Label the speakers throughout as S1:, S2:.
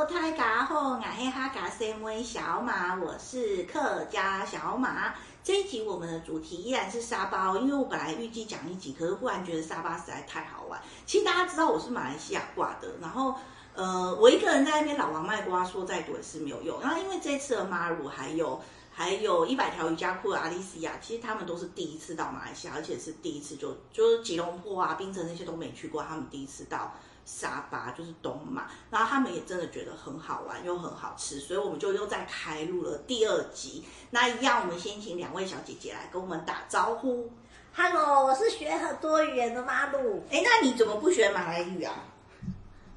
S1: 喽，俺黑哈嘎 C V 小马，我是客家小马。这一集我们的主题依然是沙巴、哦，因为我本来预计讲一集，可是忽然觉得沙巴实在太好玩。其实大家知道我是马来西亚挂的，然后呃，我一个人在那边老王卖瓜，说再多也是没有用。然后因为这次的马鲁还有还有一百条瑜伽裤的阿丽西亚，其实他们都是第一次到马来西亚，而且是第一次就就是吉隆坡啊、槟城那些都没去过，他们第一次到。沙巴就是东马，然后他们也真的觉得很好玩又很好吃，所以我们就又在开录了第二集。那一样，我们先请两位小姐姐来跟我们打招呼。
S2: Hello，我是学很多语言的马鲁。
S1: 哎，那你怎么不学马来语啊？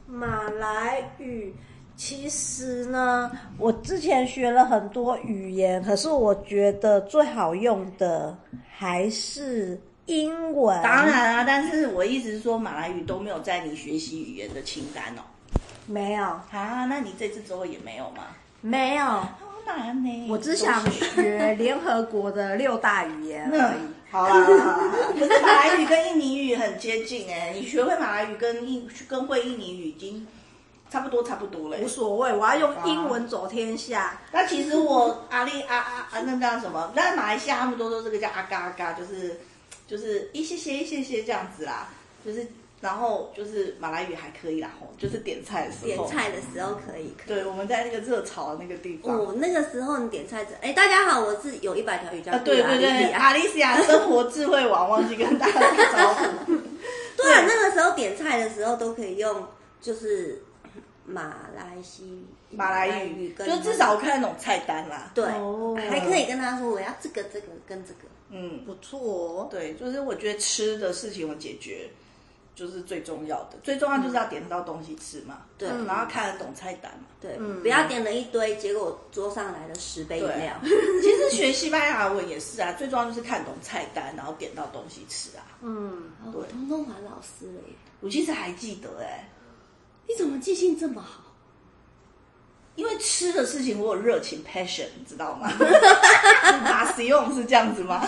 S2: 马来语其实呢，我之前学了很多语言，可是我觉得最好用的还是英文。
S1: 当然啊，但是我一直说马来语都没有在你学习语言的清单哦。
S2: 没有，
S1: 啊，那你这次之后也没有吗？
S2: 没有，
S1: 好难呢，
S2: 我只想学联合国的六大语言而已。
S1: 嗯好啦，好啦 可是马来语跟印尼语很接近哎、你学会马来语跟印跟会印尼语已经差不多差不多了、
S2: 无所谓，我要用英文走天下。
S1: 那其实我阿丽阿阿阿那叫什么？那马来西亚他们都说这个叫阿嘎阿嘎，就是就是一些些一些些这样子啦，就是然后就是马来语还可以啦，吼，就是点菜的时候。
S3: 点。菜的时候可以。
S1: 对，我们在那个热潮的那个地方。
S3: 我、哦那个时候你点菜者，哎，大家好，我是有一百条瑜伽
S1: 啊，
S3: 裤
S1: 对
S3: 的
S1: 对对，
S3: 啊，
S1: 阿丽西亚生活智慧网忘记跟大家打招呼。
S3: 对啊，那个时候点菜的时候都可以用，就是马来西
S1: 马来语，
S3: 跟
S1: 就至少我看得懂菜单啦。
S3: 对，
S2: 哦
S3: 还可以跟他说我要这个这个跟这个。
S1: 嗯，
S2: 不错哦，
S1: 对，就是我觉得吃的事情我解决，就是最重要的，最重要就是要点得到东西吃嘛，
S3: 嗯
S1: 嗯
S3: 对
S1: 然后看得懂菜单嘛。
S3: 对，
S2: 嗯
S3: 不要点了一堆，结果桌上来了十杯饮料。
S1: 其实学西班牙文也是啊，最重要就是看懂菜单，然后点到东西吃啊。
S2: 嗯，
S3: 哦我通通还老师了耶！
S1: 我其实还记得哎、
S3: 你怎么记性这么好？
S1: 因为吃的事情我有热情 passion，你知道吗？ 马使用是这样子吗？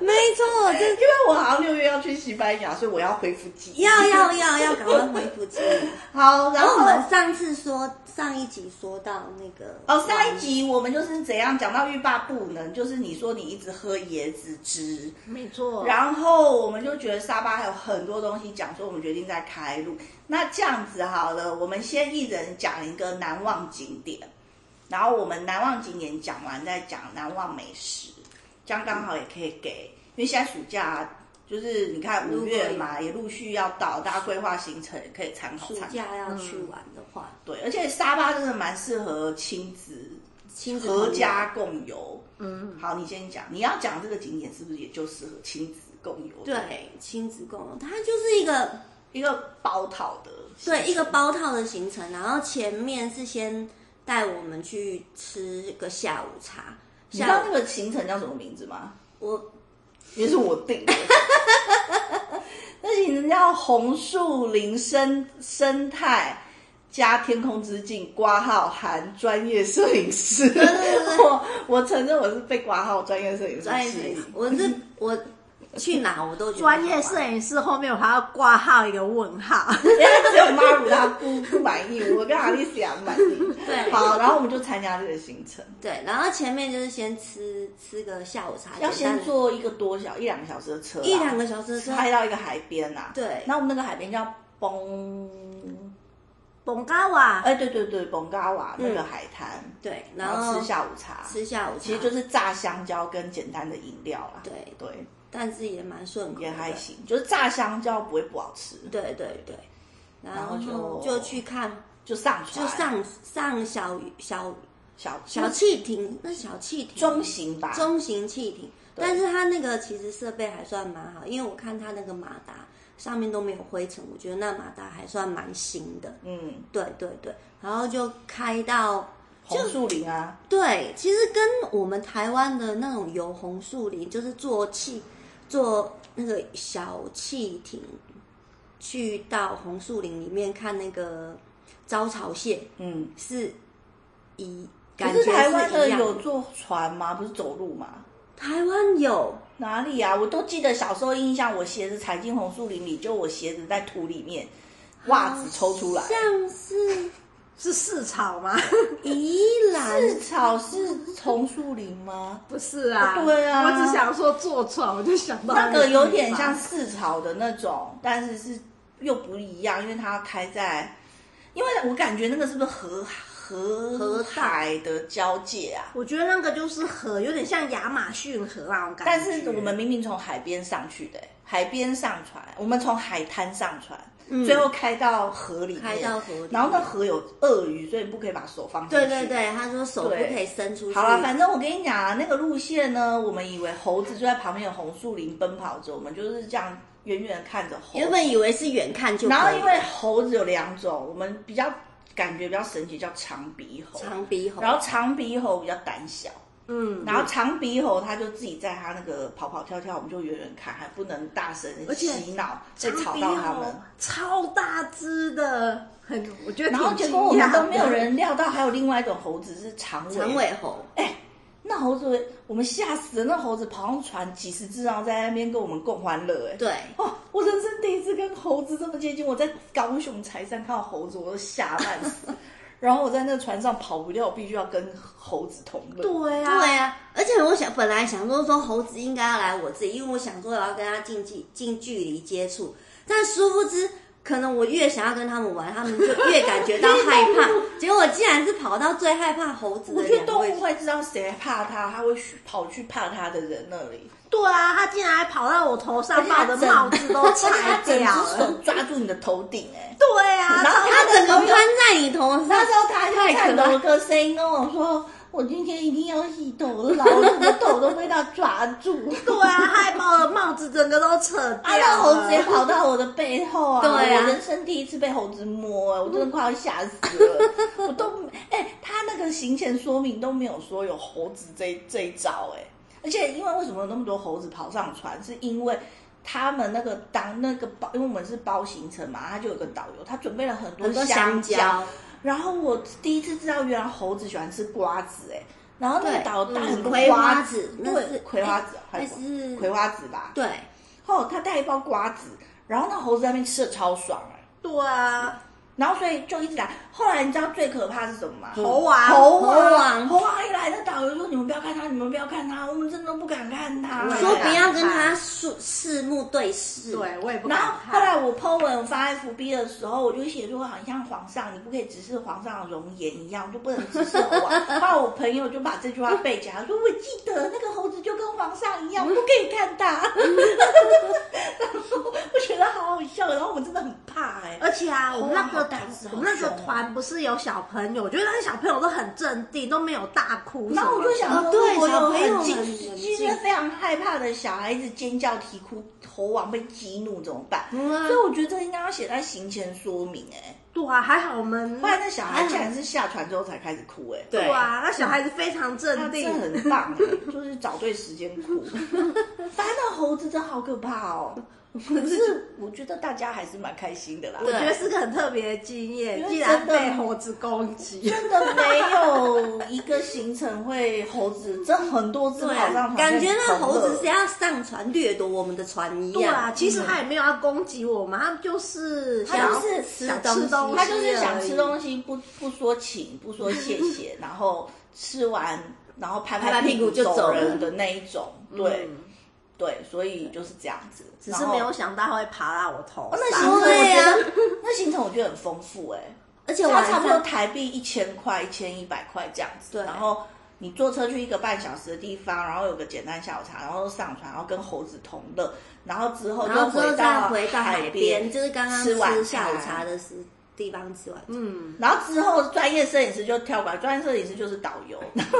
S3: 没错，这
S1: 因为我好像六月要去西班牙，所以我要恢复记忆。
S3: 要要要要赶快恢复记忆。
S1: 好， 然
S3: 然后
S1: 后
S3: 我们上次说上一集说到那个
S1: 哦，上一集我们就是怎样讲到欲罢不能，就是你说你一直喝椰子汁，
S2: 没错。
S1: 然后我们就觉得沙巴还有很多东西讲，所以我们决定再开路。那这样子好了，我们先一人讲一个难忘景点，然后我们难忘景点讲完再讲难忘美食，这样刚好也可以给，因为现在暑假、就是你看五月嘛，也陆续要到，大家规划行程也可以参考
S3: 嗯暑
S1: 参考。
S3: 假要
S1: 嗯
S3: 去玩的话，
S1: 对，而且沙巴真的蛮适合亲子
S3: 亲子
S1: 合
S3: 团
S1: 家共游。
S2: 嗯，
S1: 好，你先讲，你要讲这个景点是不是也就适合亲子共游？
S3: 对亲子共游，它就是一个
S1: 一个包套的，
S3: 对一个包套的行程，然后前面是先带我们去吃个下午茶，
S1: 你知道
S3: 下午
S1: 那个行程叫什么名字吗？
S3: 我
S1: 也是我定 的。那行程叫红树林生生态加天空之境，挂号含专业摄影师。 我我承认我是被挂号专业摄影师
S3: 专业摄
S1: 吸
S3: 影
S1: 引
S3: 师，我是我去哪我都觉得
S2: 专业摄
S3: 影
S2: 影师后面我还要挂号一个问号。
S1: 因为只有 Maru 她不不满意，我跟 Alicia 满意。
S3: 对
S1: 好，然后我们就参加这个行程，
S3: 对，然后前面就是先吃吃个下午茶，
S1: 要
S3: 简单
S1: 先
S3: 的
S1: 坐一个多小一两个小时的车啦，啊
S3: 一两个小时啊的车，
S1: 开到一个海边呐、啊。
S3: 对
S1: 那我们那个海边叫崩，
S2: 蹦高瓦，
S1: 哎，对对对，崩嘎瓦那个海滩，
S3: 对，
S1: 然
S3: 然
S1: 后
S3: 后
S1: 吃下午茶，
S3: 嗯哦吃下午茶，
S1: 其实就是榨香蕉跟简单的饮料啦。
S3: 对
S1: 对，
S3: 但是也蛮顺口的，
S1: 也还行，就是榨香蕉不会不好吃，
S3: 对对对，然
S1: 后
S3: 后
S1: 就
S3: 就去看，
S1: 就上船，
S3: 就上上小小
S1: 小
S3: 小气艇，那小气艇
S1: 中型吧，
S3: 中型气艇，但是它那个其实设备还算蛮好，因为我看它那个马达上面都没有灰尘，我觉得那马达还算蛮新的。
S1: 嗯，
S3: 对对对，然后就开到
S1: 红树林啊，
S3: 对，其实跟我们台湾的那种游红树林，就是坐气坐那个小汽艇去到红树林里面看那个招潮蟹，
S1: 嗯。
S3: 是一
S1: 可
S3: 感觉
S1: 是台湾
S3: 是
S1: 的
S3: 一样
S1: 有坐船吗？不是走路吗？
S3: 台湾有
S1: 哪里啊？我都记得小时候印象，我鞋子踩进红树林里，就我鞋子在土里面，
S4: 袜子抽出来，
S3: 像 是
S2: 是市草吗？
S3: 宜兰
S1: 是草是丛树林吗？
S2: 不是啊，
S1: 对啊
S2: 我只想说坐船，我就想到
S1: 那个
S2: 地
S1: 有点
S2: 方
S1: 像四草的那种，但是是又不一样，因为它开在，因为我感觉那个是不是河河
S3: 河道
S1: 海的交界啊？
S2: 我觉得那个就是河，有点像亚马逊河啊，我感觉。
S1: 但是我们明明从海边上去的、海边上船，我们从海滩上船，最后开到河里面，
S3: 嗯开到河里
S1: 然后那河有鳄鱼，所以不可以把手放进去。
S3: 对对对，他说手不可以伸出去。
S1: 好了，反正我跟你讲啊，那个路线呢，我们以为猴子就在旁边有红树林奔跑着，我们就是这样远远地看着猴子。
S3: 原本以为是远看就可以，
S1: 然后因为猴子有两种，我们比较感觉比较神奇，叫长鼻猴。
S3: 长鼻猴，
S1: 然后长鼻猴比较胆小，
S2: 嗯，
S1: 然后长鼻猴它就自己在它那个跑跑跳跳，我们就远远看，还不能大声
S2: 而且
S1: 洗脑，会
S2: 长
S1: 吵
S2: 鼻
S1: 到它
S2: 猴
S1: 们。
S2: 哦超大只的，很我觉得挺
S1: 然后结果我们都没有人料到，还有另外一种猴子是长尾。
S3: 长尾猴，
S1: 哎那猴子，我们吓死了！那猴子跑上船几十只，然后在那边跟我们共欢乐。哎，
S3: 对，
S1: 哦，我人生第一次跟猴子这么接近，我在高雄柴山看到猴子，我都吓烂死。然后我在那个船上跑不掉，我必须要跟猴子同
S2: 惊讶。
S1: 乐。
S2: 对啊，
S3: 对啊，而且我想本来想说说猴子应该要来我这里，因为我想说我要跟它近距近距离接触，但殊不知，可能我越想要跟他们玩，他们就越感觉到害 怕。结果竟然是跑到最害怕猴子
S1: 我
S3: 的
S1: 觉得
S3: 两
S1: 动
S3: 位
S1: 物，会知道谁怕它，它会去跑去怕它的人那里，
S2: 对啊，他竟然还跑到我头上，把我的
S1: 整
S2: 帽子都
S1: 而且它
S2: 拆
S1: 整
S2: 掉
S1: 只手
S2: 了。
S1: 抓住你的头顶、哎。
S2: 对啊，
S1: 然后
S2: 超
S1: 它
S3: 它整个攀在你头上，
S1: 那时候他就看
S3: 太可
S1: 到
S3: 爱
S1: 我个声音跟我说：“我今天一定要洗头 了，老子的头都被他抓住。
S2: 对啊，他还把我的帽子整个都扯掉了。
S1: 啊，那猴子也跑到我的背后啊！
S3: 对啊
S1: 我人生第一次被猴子摸、哎我
S3: 嗯
S1: 真的快要吓死了。我都哎、他那个行前说明都没有说有猴子这这一招哎、而且因为为什么有那么多猴子跑上船，是因为。他们那个当那个包，因为我们是包行程嘛，他就有个导游，他准备了很多
S3: 很多
S1: 香
S3: 香蕉，
S1: 然后我第一次知道，原来猴子喜欢吃瓜子、欸，哎，然后那个
S3: 对嗯
S1: 岛带很多
S3: 葵
S1: 瓜
S3: 花籽那
S1: 对
S3: 是，
S1: 葵花籽
S3: 哎
S1: 还是
S3: 那是
S1: 葵花籽吧？
S3: 对，
S1: 哦，他带一包瓜子，然后那猴子在那边吃的超爽哎、
S2: 对啊，
S1: 然后所以就一直来。后来你知道最可怕是什么吗？
S2: 猴王
S1: 猴
S3: 嗯猴
S1: 王，
S3: 王
S1: 猴王一来，那导游说：“你们不要看他，你们不要看他，我们真的不敢看他。”
S2: 我
S3: 说不要跟它视四目对视，
S2: 对我也不
S1: 然
S2: 敢
S1: 后
S2: 看。
S1: 后来我 po 文发 FB 的时候，我就写说，好像皇上，你不可以只是皇上的容颜一样，就不能只是猴 王。后来我朋友就把这句话背起来，他说我记得那个猴子就跟皇上一样，不可以 看他。然后我觉得好好笑，然后我真的很怕哎、
S2: 而且啊，我们那个
S1: 哇好胆子好
S2: 我们那个
S1: 凶哦
S2: 团不是有小朋友，我觉得那些小朋友都很镇定，都没有大哭什么的。
S1: 然后我就想说，
S3: 哦对
S1: 我有
S3: 小朋友
S1: 很
S3: 们
S1: 惊
S3: 很
S1: 心，
S3: 冷静
S1: 就是非常害怕的小孩子尖叫啼哭，猴王被激怒怎么办？
S3: 嗯啊
S1: 所以我觉得这应该要写在行前说明哎、
S2: 对啊，还好我们
S1: 后来那小孩竟然是下船之后才开始哭、哎，
S3: 对
S2: 嗯对啊，那小孩子非常
S1: 他
S2: 镇
S1: 真
S2: 定
S1: 的。很棒、哎就是找对时间哭。反正那猴子真好可怕哦，可是我觉得大家还是蛮开心的啦。
S2: 我觉得
S3: 对
S2: 是个很特别的经验，
S1: 因为
S2: 竟然
S1: 真的
S2: 被猴子攻击。
S1: 真的没有一个行程会猴子，真很多只
S3: 对
S1: 跑
S3: 啊
S1: 上船，
S3: 感觉那猴子是
S1: 样。
S3: 要上船掠夺我们的船一
S2: 对
S3: 样，
S2: 啊，其实他也没有要攻击我们，他就是
S1: 嗯他
S2: 想要
S1: 就是
S3: 吃
S2: 想
S3: 东
S2: 吃
S3: 西
S2: 东西，
S1: 他就是想吃东。西，不不说请，不说谢谢，然后吃完，然后拍
S3: 拍拍
S1: 屁
S3: 屁股就
S1: 走
S3: 走
S1: 人
S3: 了
S1: 的那一种。对、对，所以就是这样子。
S2: 嗯只
S1: 然
S2: 是
S1: 后
S2: 没有想到他会爬到我头
S1: 哦，那行程我
S2: 上。啊
S3: 对
S1: 觉
S3: 呀
S1: 得，那行程我觉得很丰富哎、
S3: 而且
S1: 它
S3: 晚
S1: 差
S3: 上
S1: 不多台币一千块、一千一百块这样子。
S3: 对
S1: 然后你坐车去一个半小时的地方，然后有个简单下午茶，然后上船，然后跟猴子同乐，然后之后就
S3: 然后之后再
S1: 回
S3: 回到海
S1: 边
S3: 边，就是刚刚
S1: 吃晚
S3: 吃下午
S1: 餐
S3: 茶的时地方吃完。嗯，
S2: 嗯，
S1: 然后之后专业摄影师就跳过来，专业摄影师就是导 游，然后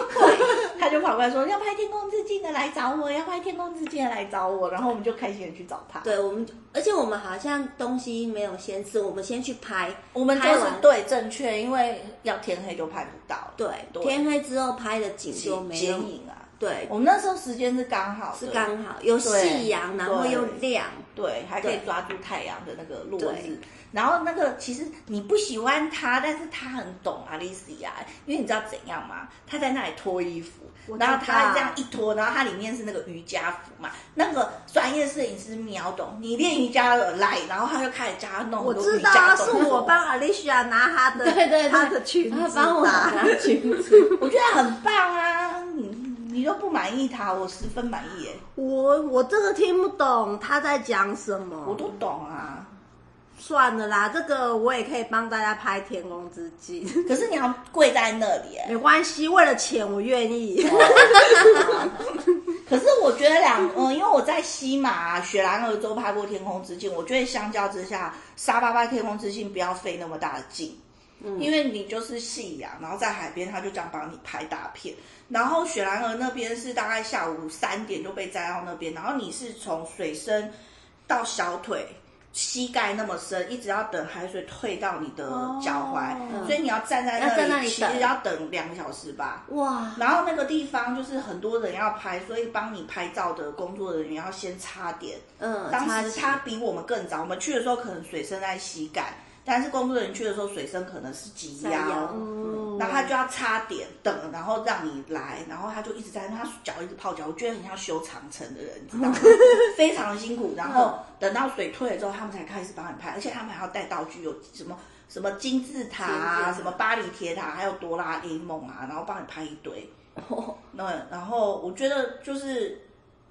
S1: 他就跑过来说要拍天空之镜的来找我，要拍天空之镜的来找我，然后我们就开心的去找他。，
S3: 对，我们而且我们好像东西没有先吃，我们先去拍，
S1: 我们就
S3: 拍
S1: 是
S3: 完
S1: 对正确，因为要天黑就拍不到，
S3: 对，天黑之后拍的景就
S1: 剪
S3: 没
S1: 剪
S3: 有。
S1: 影啊，
S3: 对，
S1: 我们那时候时间是刚好的，
S3: 是刚好有
S1: 对
S3: 夕阳，然后
S1: 对
S3: 又亮，
S1: 对，还可以
S3: 对
S1: 抓住太阳的那个落日
S3: 对。
S1: 然后那个其实你不喜欢他，但是他很懂阿丽西亚，因为你知道怎样吗？他在那里脱衣服
S3: 我，知道
S1: 然后他这样一脱，然后它里面是那个瑜伽服嘛。那个专业摄影师秒懂，你练瑜伽了来，然后他就开始教他弄
S2: 我
S1: 很多
S2: 知
S1: 瑜
S2: 道
S1: 伽
S2: 啊，
S1: 动
S2: 是
S1: 作。
S2: 我帮 Alicia 拿她的，
S3: 对对对
S2: 她的裙
S3: 他
S2: 子
S3: 帮我
S2: 打
S3: 拿裙子，
S1: 我觉得很棒啊！你你都不满意他，我十分满意耶，
S2: 我我真的听不懂他在讲什么。
S1: 我都懂啊。
S2: 算了啦，这个我也可以帮大家拍《天空之镜》，
S1: 可是你要跪在那里耶，
S2: 没关系，为了钱我愿意。
S1: 可是我觉得两，嗯，因为我在西马、雪兰莪州拍过《天空之镜》，我觉得相较之下，沙巴拍《天空之镜》不要费那么大的劲，
S3: 嗯
S1: 因为你就是夕阳，然后在海边，他就这样帮你拍大片。然后雪兰莪那边是大概下午三点就被载到那边，然后你是从水深到小腿。膝盖那么深，一直要等海水退到你的脚踝，
S2: 哦
S1: 所以你要站在
S3: 要
S1: 那
S3: 在那里
S1: 其
S3: 等
S1: 实要等两个小时吧。
S3: 哇，
S1: 然后那个地方就是很多人要拍，所以帮你拍照的工作人员要先擦点。
S3: 嗯，
S1: 当时
S3: 插
S1: 他比我们更早，我们去的时候可能水深在膝盖，但是工作人员去的时候水深可能是及腰
S3: 三，幺
S2: 嗯
S1: 然后他就要擦点等，然后让你来，然后他就一直在那，他脚一直泡脚，我觉得很像修长城的人，你知道吗？非常辛苦。然后等到水退了之后，他们才开始帮你拍，而且他们还要带道具，有什么什么金字塔
S3: 金字
S1: 啊，
S3: 塔
S1: 什么巴黎铁塔，还有哆啦 A 梦啊，然后帮你拍一堆。那然后我觉得就是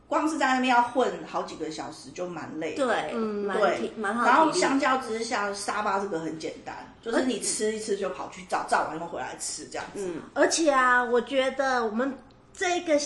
S1: 光是在那边要混好几个小时就蛮累的。
S3: 对，
S2: 嗯
S3: 蛮
S1: 对
S3: 体，蛮
S1: 然
S3: 好
S1: 后
S3: 的体力，
S1: 相较之下，沙巴这个很简单，就是你吃一吃就跑去找，照完又回来吃这样子。
S3: 嗯，
S2: 而且啊，我觉得我们这个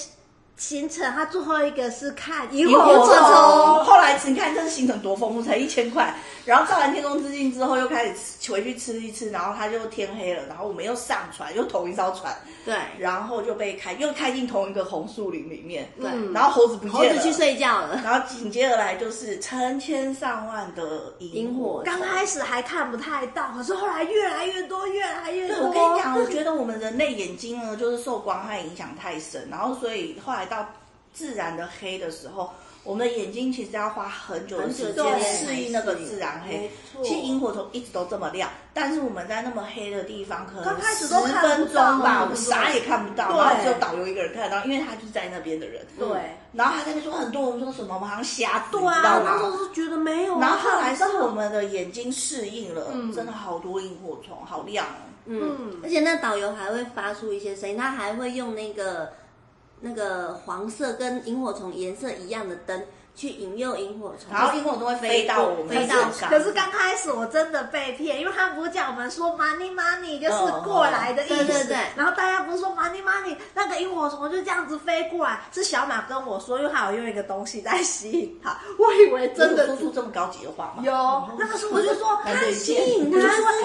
S2: 行程，它最后一个是看萤
S1: 萤火
S2: 火
S1: 虫，
S2: 虫。
S1: 后来你看这行程多丰富，才一千块。然后照完天空之镜之后，又开始吃回去吃一吃，然后它就天黑了，然后我们又上船，又同一艘船，
S3: 对，
S1: 然后就被开，又开进同一个红树林里面，
S3: 对
S2: 嗯
S1: 然后猴子不
S3: 猴
S1: 见
S3: 子
S1: 了，
S3: 去睡觉了，
S1: 然后紧接而来就是成千上万的萤
S3: 萤火
S1: 火。
S2: 刚开始还看不太到，可是后来越来越多，越来越
S1: 对，
S2: 多。
S1: 我跟你讲，我觉得我们人类眼睛呢，就是受光害影响太深，然后所以后来到自然的黑的时候，我们的眼睛其实要花很久的
S3: 很久
S1: 时
S3: 的
S1: 间
S3: 时间
S1: 适应那个自然黑
S2: 没。错
S1: 其实萤火虫一直都这么亮，但是我们在那么黑的地方，可能
S2: 刚开
S1: 十
S2: 始都看不到
S1: 分钟吧，我们
S2: 对不对
S1: 啥也看不到，
S2: 对
S1: 然后只有导游一个人看得到，因为他就是在那边的人。
S2: 对
S1: 然后他在那边说很多人说什么，我们好像瞎子，
S2: 对
S1: 你知
S2: 啊，
S1: 道
S2: 我
S1: 吗
S2: 那时候是觉得没有啊。
S1: 然后后来是
S2: 看不到
S1: 我们的眼睛适应了，
S2: 嗯
S1: 真的好多萤火虫，好亮哦。
S3: 嗯
S2: 嗯，
S3: 而且那导游还会发出一些声音，他还会用那个那个黄色跟萤火虫颜色一样的灯去引诱萤火虫，
S1: 然后萤火虫会飞到我们
S3: 飞到
S1: 身上，
S2: 可是刚开始我真的被骗，因为他不是叫我们说 money money 就是过来的意思，
S3: 嗯对对对
S2: 然后大家不是说 money money 那个萤火虫就这样子飞过来，是小马跟我说，因为他有用一个东西在吸引他，我以为真
S1: 我有
S2: 的
S1: 说出这么高级的话吗？
S2: 有。那个时候我就说
S1: 难
S2: 他
S1: 得一
S2: 吸
S1: 见
S2: 引
S1: 我
S2: 他
S1: 就说
S2: 是。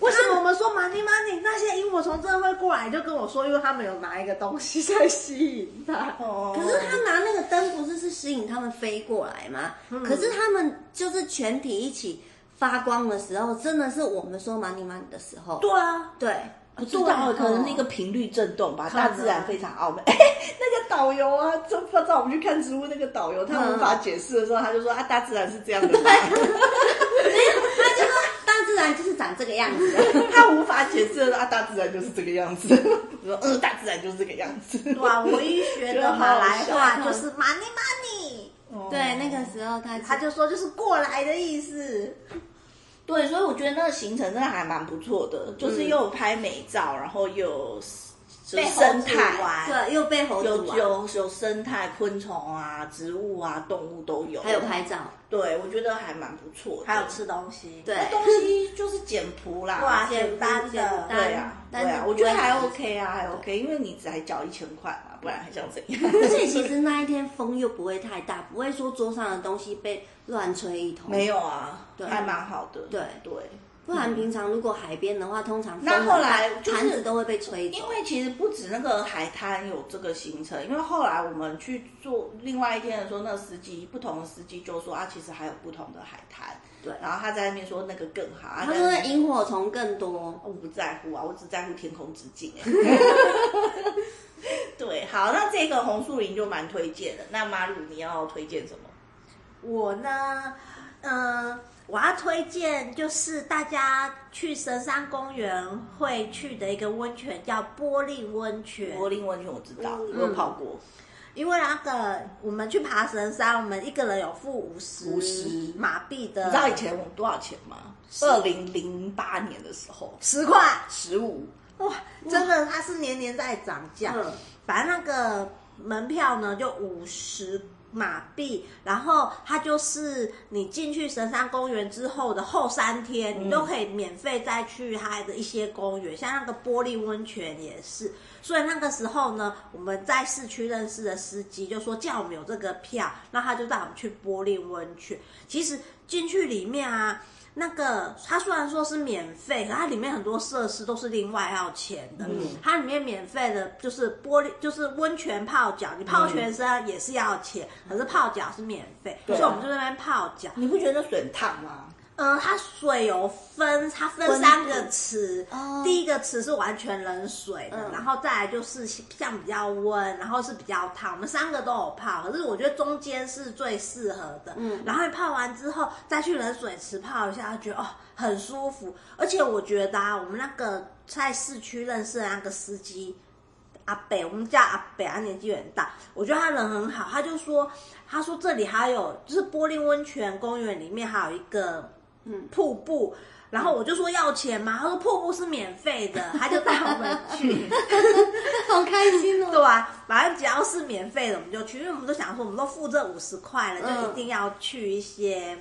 S2: 为什么我们说 money money 那些萤火虫真的会过来？就跟我说，因为他们有拿一个东西在吸引他。
S1: 哦，
S3: 可是他拿那个灯不是是吸引他们飞过来吗？
S2: 嗯
S3: 可是他们就是全体一起发光的时候，真的是我们说 money money 的时候。
S2: 对啊，
S3: 对，
S1: 不知道，
S3: 对
S1: 可能是一个频率震动吧。
S2: 可
S1: 大
S2: 能
S1: 自然非常傲慢。哎， 那个导游啊，就不知道我们去看植物那个导游，他无法解释的时候，他就说啊，大自然是这样的嘛，
S3: 他就说大自然就是长这个样子。
S1: 他无法解释的时候啊，大自然就是这个样子。 我说嗯，大自然就是这个样子。
S2: 对啊，我一学的马来话就是 money money。
S3: 对，那个时候他
S2: 他就说就是过来的意思。
S1: 对，所以我觉得那个行程真的还蛮不错的，就是又拍美照，然后又就是
S2: 被猴
S1: 生
S2: 子
S1: 态
S2: 玩
S3: 对又被猴子
S1: 有
S3: 玩，
S1: 有有生态、昆虫啊、植物啊、动物都有，
S3: 还有拍照，
S1: 对，我觉觉得还蛮不错的。
S2: 还有吃东西，
S3: 对
S1: 那东西就是简朴啦，
S2: 哇
S3: 简单
S2: 简单
S3: 简单
S1: 对啊，对
S3: 但是
S1: 啊，
S3: 不
S1: 我觉得
S3: 会
S1: 还
S3: 很
S1: OK 啊，还 OK，因为你只还缴一千块嘛，不然还想怎样？
S3: 而且其实那一天风又不会太大，不会说桌上的东西被乱吹一通。
S1: 没有啊，
S3: 对
S1: 还蛮好的，
S3: 对
S1: 对。
S3: 不然平常如果海边的话，通常风
S1: 那后来
S3: 很大
S1: 就是
S3: 盘子都会被吹走
S1: 因。为其实不止那个海滩有这个行程，因为后来我们去做另外一天的时候，那个司机不同的司机就说啊，其实还有不同的海滩。
S3: 对
S1: 然后他在那边说那个更好，他
S3: 他
S1: 在
S3: 说
S1: 那边
S3: 萤火虫更多，
S1: 我不在乎啊，我只在乎天空之境、欸。对 对，好，那这个红树林就蛮推荐的。那马鲁你要推荐什么？
S2: 我呢，呃，我要推荐就是大家去神山公园会去的一个温泉，叫玻璃温泉。
S1: 柏林温泉我知道，
S3: 嗯
S1: 我有泡过。
S2: 因为那个我们去爬神山，我们一个人有付五十
S1: 50
S2: 马币
S1: 你知道
S2: 的
S1: 以前我多少钱吗？二零零八年的时候，
S2: 十块，
S1: 十五。
S2: 哇，真的它是年年在涨价。
S3: 嗯
S2: 反正那个门票呢就五十马币，然后它就是你进去神山公园之后的后三天，你都可以免费再去它的一些公园，像那个玻璃温泉也是。所以那个时候呢，我们在市区认识的司机就说叫我们有这个票，那他就带我们去玻璃温泉。其实进去里面啊。那个它虽然说是免费，可它里面很多设施都是另外要钱的。
S1: 嗯
S2: 它里面免费的就是玻璃，就是温泉泡脚，你泡全身也是要钱，可是泡脚是免费，
S1: 对啊
S2: 所以我们就在那边泡脚。
S1: 你不觉得那水很烫吗？
S2: 嗯、它水有分，它分
S1: 温
S2: 三
S1: 度
S2: 个池，
S3: 哦
S2: 第一个池是完全冷水的，
S3: 嗯
S2: 然后再来就是像比较温，然后是比较烫，我们三个都有泡，可是我觉得中间是最适合的。嗯，然后你泡完之后再去冷水池泡一下，就觉得哦很舒服，而且我觉得啊，我们那个在市区认识的那个司机。阿北，我们叫阿北，他年纪有点大，我觉得他人很好。他就说，他说这里还有就是玻璃温泉公园里面还有一个嗯瀑布，然后我就说要钱嘛，他说瀑布是免费的， 他就带我们去，
S3: 好开心哦！
S2: 对啊？反正只要是免费的我们就去，因为我们都想说我们都付这五十块了，就
S3: 嗯
S2: 一定要去一些，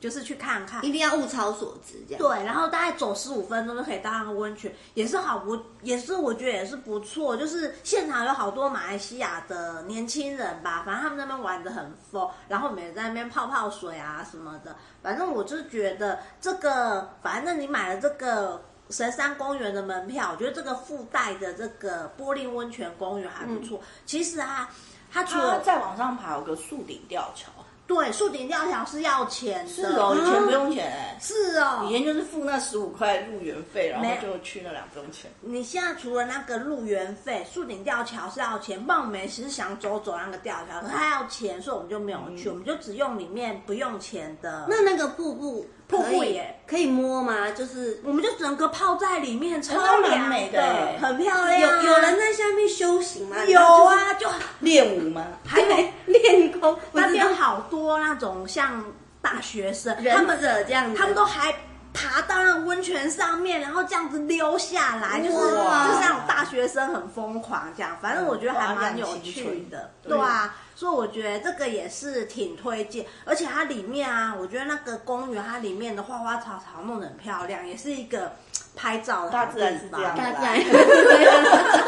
S2: 就是去看看
S3: 一。定要物超所值，这样
S2: 对，然后大概走十五分钟就可以到那个温泉，也是好不，也是我觉得也是不错。就是现场有好多马来西亚的年轻人吧，反正他们那边玩的很疯，然后我们也在那边泡泡水啊什么的。反正我就觉得这个，反正你买了这个。神山公园的门票，我觉得这个附带的这个玻璃温泉公园还不错。其实啊，它除
S1: 嗯它
S2: 了
S1: 再往上爬有个树顶吊桥，
S2: 对树顶吊桥是要钱的，嗯
S1: 是哦，以前不用钱哎、
S2: 是哦，
S1: 以前就是付那十五块入园费，然
S2: 没
S1: 后
S2: 有
S1: 就去那两分钟钱。
S2: 你现在除了那个入园费，树顶吊桥是要钱，棒梅其实想走走那个吊桥，可它要钱，所以我们就没有去，我们就只用里面不用钱的。
S3: 嗯那那个瀑布
S2: 瀑
S3: 可
S2: 布
S3: 以
S2: 也
S3: 可以摸吗？就是
S2: 我们就整个泡在里面，超
S1: 那蛮
S2: 凉
S1: 美的
S3: 哎
S1: 欸
S2: 很漂亮。
S3: 有有人在下面修行吗？
S2: 啊有啊，就
S1: 练舞吗？
S2: 还有
S3: 练功，我
S2: 那
S3: 知
S2: 边
S3: 道
S2: 好多那种像大学生，他
S3: 忍
S2: 们
S3: 者这样子，
S2: 他 们都还爬到那个温泉上面，然后这样子溜下来，就是就是
S3: 哇
S2: 那种大学生很疯狂这样。反正我觉得还蛮有趣的，
S1: 哇
S2: 对啊。所以我觉得这个也是挺推荐，而且它里面啊，我觉得那个公园它里面的花花草草弄得很漂亮，也是一个嘖拍照的
S1: 大
S2: 好地
S1: 自然是这样
S2: 方，
S3: 大自然对啊。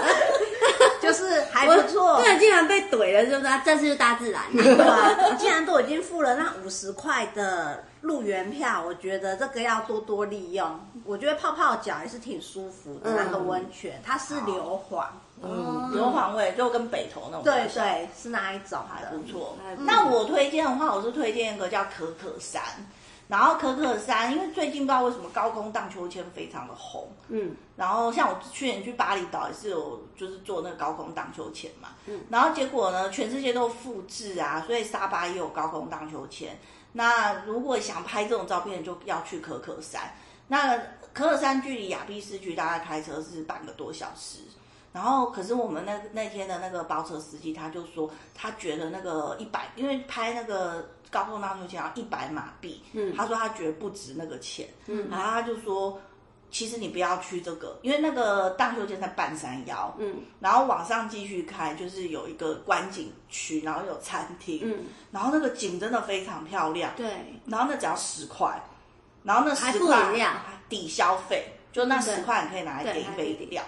S2: 就是 还不错
S3: 对。啊，竟然被怼了，是不是？这是大自然。
S2: 对啊，既然都已经付了那五十块的入园票，我觉得这个要多多利用。我觉得泡泡脚也是挺舒服的，
S3: 嗯
S2: 那个温泉它是硫磺，
S1: 嗯，硫磺味就跟北投那种
S2: 对
S1: 味道
S2: 对，是那一种
S1: 还
S2: 的
S1: 不。错
S3: 还。不错
S1: 那我推荐的话，我是推荐一个叫可可山。然后可可山，因为最近不知道为什么高空荡秋千非常的红，
S3: 嗯，
S1: 然后像我去年去巴厘岛也是有就是做那个高空荡秋千嘛，然后结果呢，全世界都复制啊，所以沙巴也有高空荡秋千。那如果想拍这种照片，就要去可可山。那可可山距离亚庇市区大概开车是半个多小时。然后，可是我们那那天的那个包车司机他就说，他觉得那个一百，因为拍那个高空荡秋千要一百马币，嗯，他说他觉得不值那个钱，嗯，然后他就说，其实你不要去这个，因为那个荡秋千在半山腰，嗯，然后往上继续开，就是有一个观景区，然后有餐厅，嗯，然后那个景真的非常漂亮，
S3: 对，
S1: 然后那只要十块，然后那
S3: 还
S1: 十
S3: 付
S1: 块
S3: 饮料
S1: 抵消费，就那
S3: 对
S1: 十块你可以拿来
S3: 对
S1: 点一
S3: 还
S1: 杯
S3: 可以
S1: 饮料。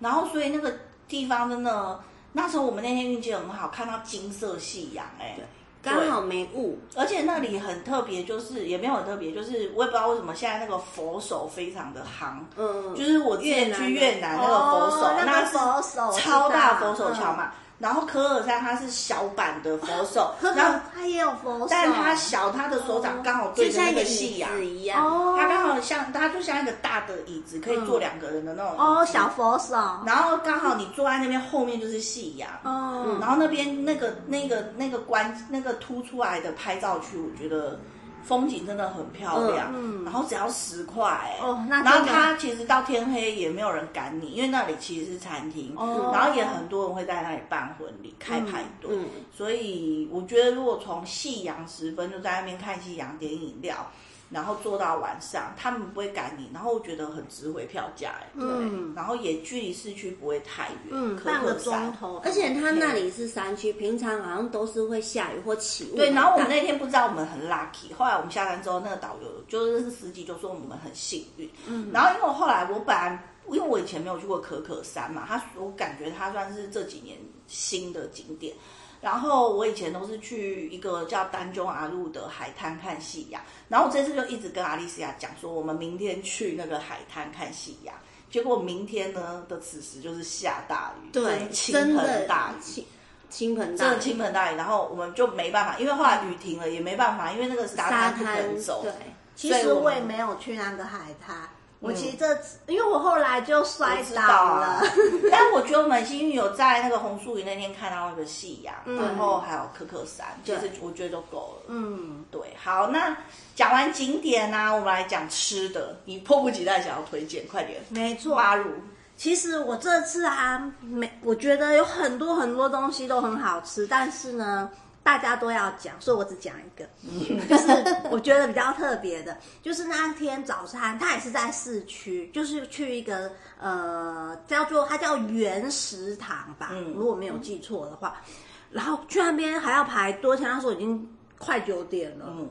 S1: 然后所以那个地方真的，那时候我们那天运气很好，看到金色夕阳、哎，
S3: 刚好没雾，
S1: 而且那里很特别，就是也没有很特别，就是我也不知道为什么现在那个佛手非常的夯，
S3: 嗯，
S1: 就是我之前去越南那个佛手，
S2: 哦那个
S1: 是
S2: 佛手我知
S1: 超大佛
S2: 道
S1: 手桥嘛。然后可尔山它是小版的佛手，
S3: 嗯
S2: 可
S1: 然后
S2: 嗯可它也有佛手，
S1: 但它小，它的手掌刚好对
S3: 哦就
S1: 着那
S3: 像一
S1: 个
S3: 个
S1: 夕
S3: 椅
S1: 阳，
S3: 子一样，
S2: 哦，
S1: 它刚好后像它就像一个大的椅子，可以坐两个人的那种椅子
S3: 嗯哦，小佛手，
S1: 然后刚好你坐在那边，后面就是夕阳。
S3: 哦，
S2: 嗯
S1: 然后那边那个那个那个关那个凸出来的拍照区，我觉得风景真的很漂亮。
S3: 嗯嗯
S1: 然后只要十块、欸，
S3: 哦那真的
S1: 然后它其实到天黑也没有人赶你，因为那里其实是餐厅，
S3: 哦
S1: 然后也很多人会在那里办婚礼、开派对。
S3: 嗯
S1: 所以我觉得，如果从夕阳时分就在那边看夕阳、点饮料，然后坐到晚上，他们不会赶你，然后我觉得很值回票价、欸。对，
S3: 嗯
S1: 然后也距离市区不会太远，
S3: 嗯
S1: 可
S2: 半个
S1: 可山
S2: 钟头，
S3: 而且它那里是山区，平常好像都是会下雨或起雾很大。
S1: 对，然后我们那天不知道我们很 lucky，后来我们下山之后，那个导游就是司机就说我们很幸运。嗯，然后因为我后来我本来因为我以前没有去过可可山嘛，它我感觉它算是这几年新的景点。然后我以前都是去一个叫丹中阿路的海滩看夕阳，然后我这次就一直跟阿丽西亚讲说，我们明天去那个海滩看夕阳。结果明天呢的此时就是下大雨，
S3: 对，真
S1: 倾
S3: 的
S1: 盆大雨，
S3: 倾倾盆
S1: 真
S3: 大
S1: 的
S3: 雨，
S1: 倾盆大雨，然后我们就没办法，因为后来雨停了也没办法，因为那个沙
S3: 沙
S1: 滩不
S3: 滩
S1: 能走。
S3: 对，
S2: 其
S1: 所以
S2: 实
S1: 我
S2: 我也
S1: 们嗯
S2: 没有去那个海滩，我其实这次因为我后来就摔
S1: 我知道
S2: 倒
S1: 啊
S2: 了，
S1: 但我觉得我们很幸运有在那个红树林那天看到那个夕阳，
S2: 嗯
S1: 然后还有可可山，其
S3: 对
S1: 实我觉得就够了。
S2: 嗯，
S1: 对，好，那讲完景点呢、我们来讲吃的，你迫不及待想要推荐，快点。
S2: 没错。
S1: 蛙乳，
S2: 其实我这次啊，没，我觉得有很多很多东西都很好吃，但是呢，大家都要讲，所以我只讲一个， 就是我觉得比较特别的，就是那天早餐，它也是在市区，就是去一个呃叫做它叫原食堂吧，
S1: 嗯
S2: 如果没有记错的话，然后去那边还要排队，前他说已经快九点了，
S1: 嗯，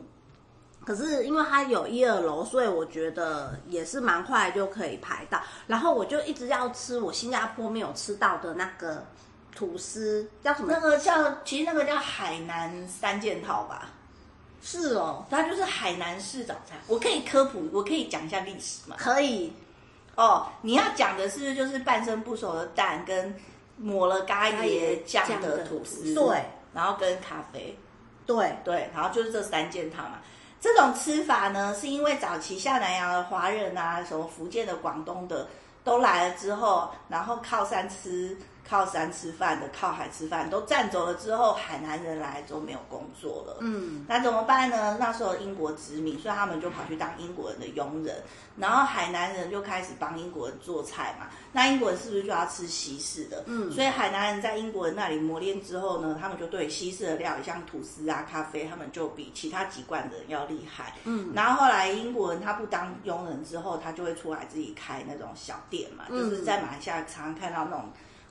S2: 可是因为它有一二楼，所以我觉得也是蛮快就可以排到。然后我就一直要吃我新加坡没有吃到的那个吐司，叫什么？
S1: 那个叫其实那个叫海南三件套吧，
S2: 是哦，
S1: 它就是海南式早餐。我可以科普，我可以讲一下历史吗？
S2: 可以，
S1: 哦，你要讲的是就是半生不熟的蛋跟抹了咖椰酱的吐司，
S2: 酱的吐司对，
S1: 然后跟咖啡，
S2: 对，
S1: 对，然后就是这三件套嘛。这种吃法呢，是因为早期下南洋的华人啊，什么福建的、广东的都来了之后，然后靠山吃、靠山吃饭的、靠海吃饭都占走了之后，海南人来之后没有工作了，
S2: 嗯，
S1: 那怎么办呢？那时候英国殖民，所以他们就跑去当英国人的佣人，然后海南人就开始帮英国人做菜嘛。那英国人是不是就要吃西式的？嗯，所以海南人在英国人那里磨练之后呢，他们就对西式的料理，像吐司啊、咖啡，他们就比其他籍贯的人要厉害。嗯，然后后来英国人他不当佣人之后，他就会出来自己开那种小店嘛，就是在马来西亚常常看到那种。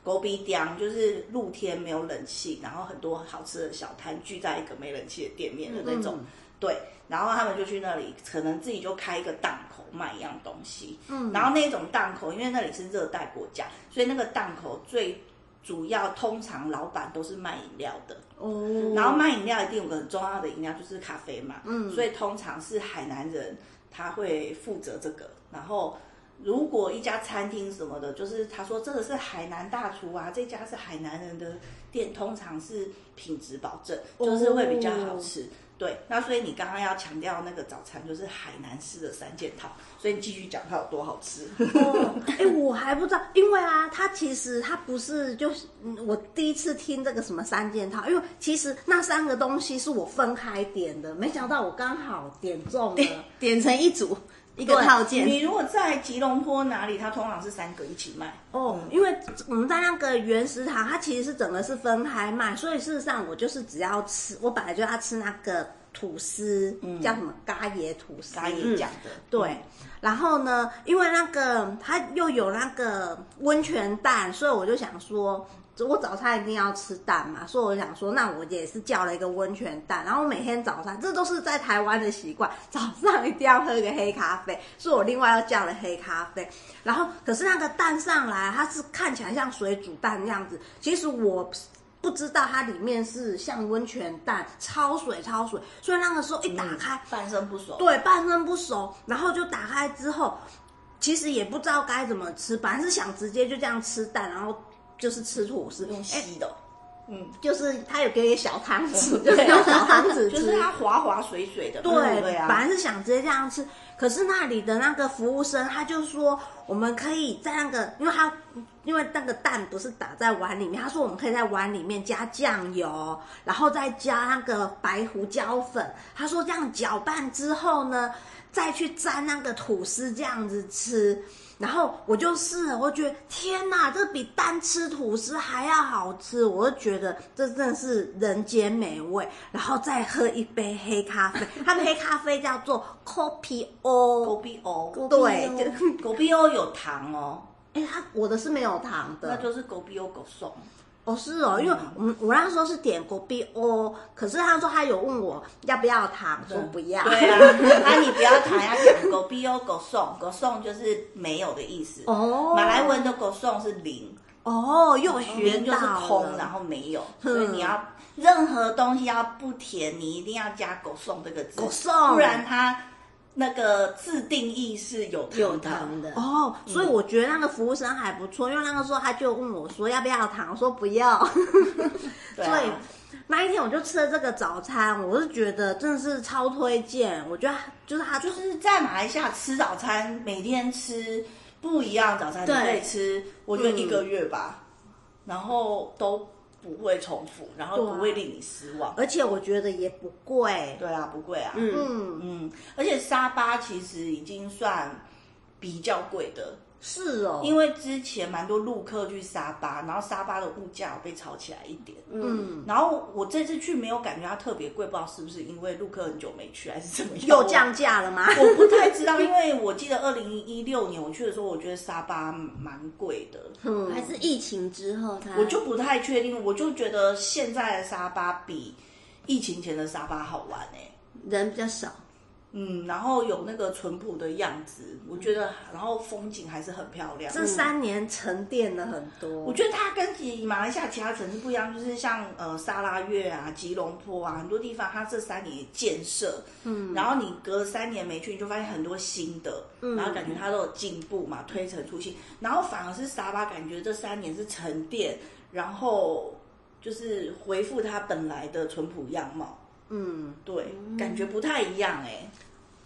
S1: 狗鼻凉，就是露天没有冷气，然后很多好吃的小摊聚在一个没冷气的店面的那种，对。然后他们就去那里，可能自己就开一个档口卖一样东西，嗯。然后那种档口，因为那里是热带国家，所以那个档口最主要通常老板都是卖饮料的，
S2: 哦
S1: 然后卖饮料一定有个很重要的饮料就是咖啡嘛，嗯，所以通常是海南人他会负责这个。然后如果一家餐厅什么的，就是他说这个是海南大厨啊，这家是海南人的店，通常是品质保证，就是会比较好吃。对，那所以你刚刚要强调那个早餐就是海南式的三件套，所以你继续讲它有多好吃。
S2: 哦，哎、我还不知道，因为啊，它其实它不是就是嗯我第一次听这个什么三件套，因为其实那三个东西是我分开点的，没想到我刚好点中了。
S3: 点成一组一个
S2: 对
S3: 套件，
S1: 你如果在吉隆坡哪里，它通常是三个一起卖。
S2: 哦，因为我们在那个原食堂，它其实是整个是分开卖，所以事实上我就是只要吃，我本来就要吃那个吐司，叫什么嗯咖椰吐司，
S1: 咖喱讲的，
S2: 对，然后呢，因为那个它又有那个温泉蛋，所以我就想说，我早餐一定要吃蛋嘛，所以我想说，那我也是叫了一个温泉蛋。然后每天早上，这都是在台湾的习惯，早上一定要喝个黑咖啡，所以我另外又叫了黑咖啡。然后，可是那个蛋上来，它是看起来像水煮蛋那样子，其实我。不知道它里面是像温泉蛋焯水焯水，所以那个时候一打开，
S1: 嗯半生不熟。
S2: 对，半生不熟，然后就打开之后，其实也不知道该怎么吃，本来是想直接就这样吃蛋，然后就是吃吐司，
S1: 用
S2: 哎、
S1: 吸的哦，嗯，
S2: 就是它有给小汤 匙，就
S1: 对
S2: 是用小汤匙吃，
S1: 就是它滑滑水水的，
S2: 对，
S1: 对啊，
S2: 本来是想直接这样吃，可是那里的那个服务生他就说，我们可以在那个，因为他因为那个蛋不是打在碗里面，他说我们可以在碗里面加酱油，然后再加那个白胡椒粉，他说这样搅拌之后呢，再去沾那个吐司这样子吃。然后我就试了，我觉得天哪，这比单吃吐司还要好吃，我就觉得这真的是人间美味。然后再喝一杯黑咖 啡，他们黑咖啡叫做 Kopi
S1: 狗
S2: O，
S1: 逼欧，
S2: 对，
S3: 哦
S2: 就
S1: 狗逼欧有糖哦，
S2: 哎，他我的是没有糖
S1: 那
S2: 的，
S1: 就是狗逼欧狗送。
S2: 哦是
S1: 嗯
S2: 哦，因为我们我那时候是点 Kopi O，可是他说他有问我要不要糖，我说不要，
S1: 嗯对啊， 那你不要糖，要讲狗逼欧狗送，狗送就是没有的意思。
S2: 哦，
S1: 马来文的狗送是零，
S2: 哦又学
S1: 零就
S2: 到
S1: 是
S2: 了，
S1: 空，然后没有，所以你要任何东西要不甜，你一定要加狗送这个字，
S2: 狗送
S1: 不然它那个自定义是有糖
S3: 有
S1: 的
S3: 糖的，
S2: 哦，所以我觉得那个服务生还不错，因为那个时候他就问我说要不要糖，我说不要。
S1: 对
S2: 所以
S1: 啊，
S2: 那一天我就吃了这个早餐，我是觉得真的是超推荐。我觉得就是他就
S1: 就是是在马来西亚吃早餐，每天吃不一样的早餐，你
S2: 对嗯
S1: 可以吃，我觉得一个月吧，然后都不会重复，然后
S2: 对啊
S1: 不会令你失望。
S2: 而且我觉得也不贵。
S1: 对啊，不贵啊，
S3: 嗯
S2: 嗯，
S1: 嗯，而且沙巴其实已经算比较贵的，
S2: 是哦，
S1: 因
S2: 为
S1: 为之前蛮多陆客去沙巴，然后沙巴的物价有被炒起来一点。
S2: 嗯
S1: 然后我这次去没有感觉它特别贵，不知道是不是因为陆客很久没去还是怎么样。
S2: 又降价了吗？
S1: 我不太知道，因为我记得二零一六年我去的时候，我觉得沙巴蛮贵的，
S2: 嗯，
S3: 还是疫情之后它，
S1: 我就不太确定。我就觉得现在的沙巴比疫情前的沙巴好玩哎、
S3: 人比较少，
S1: 嗯，然后有那个淳朴的样子，我觉得，然后风景还是很漂亮。
S2: 这三年沉淀了很多。
S1: 我觉得它跟其马来西亚其他城市不一样，就是像呃沙拉越啊、吉隆坡啊，很多地方它这三年建设，嗯，然后你隔三年没去，你就发现很多新的，然后感觉它都有进步嘛，推陈出新。然后反而是沙巴，感觉这三年是沉淀，然后就是恢复它本来的淳朴样貌，
S2: 嗯，
S1: 对，感觉不太一样哎、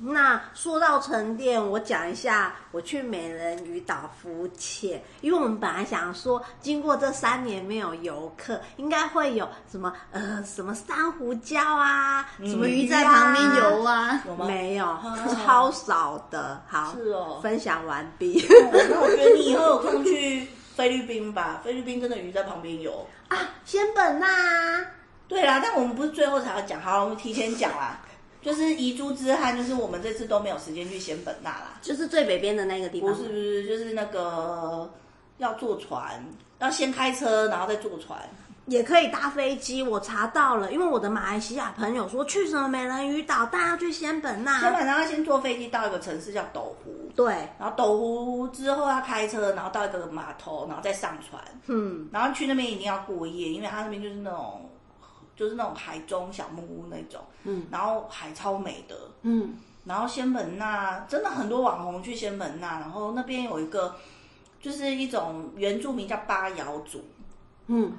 S2: 那说到沉淀，我讲一下我去美人鱼岛浮潜，因为我们本来想说，经过这三年没有游客，应该会有什么呃什么珊瑚礁啊，
S1: 嗯
S2: 什么
S3: 鱼
S2: 鱼
S3: 在
S2: 啊
S3: 旁边游，啊，
S1: 有吗？
S2: 没有
S1: 哦，
S2: 超少的。好，
S1: 是哦
S2: 分享完 毕。
S1: 哦那我觉得你以后有空去菲律宾吧，菲律宾真的鱼在旁边游。
S2: 啊，仙本那、啊，
S1: 对啦，但我们不是最后才要讲，好了，我们提前讲啦。就是遗珠之憾，就是我们这次都没有时间去仙本那啦。
S3: 就是最北边的那个地
S1: 不
S3: 方，
S1: 是不是，就是那个要坐船，要先开车，然后再坐船。
S2: 也可以搭飞机，我查到了，因为我的马来西亚朋友说去什么美人鱼岛，大家去仙本那、
S1: 仙本那要先坐飞机到一个城市叫斗湖，
S2: 对，
S1: 然后斗湖之后要开车，然后到一个码头，然后再上船，
S2: 嗯。
S1: 然后去那边一定要过夜，因为它那边就是那种就是那种海中小木屋那种，嗯，然后海超美的，
S3: 嗯，
S1: 然后仙本那真的很多网红去仙本那，然后那边有一个就是一种原住民叫巴瑶族，
S3: 嗯，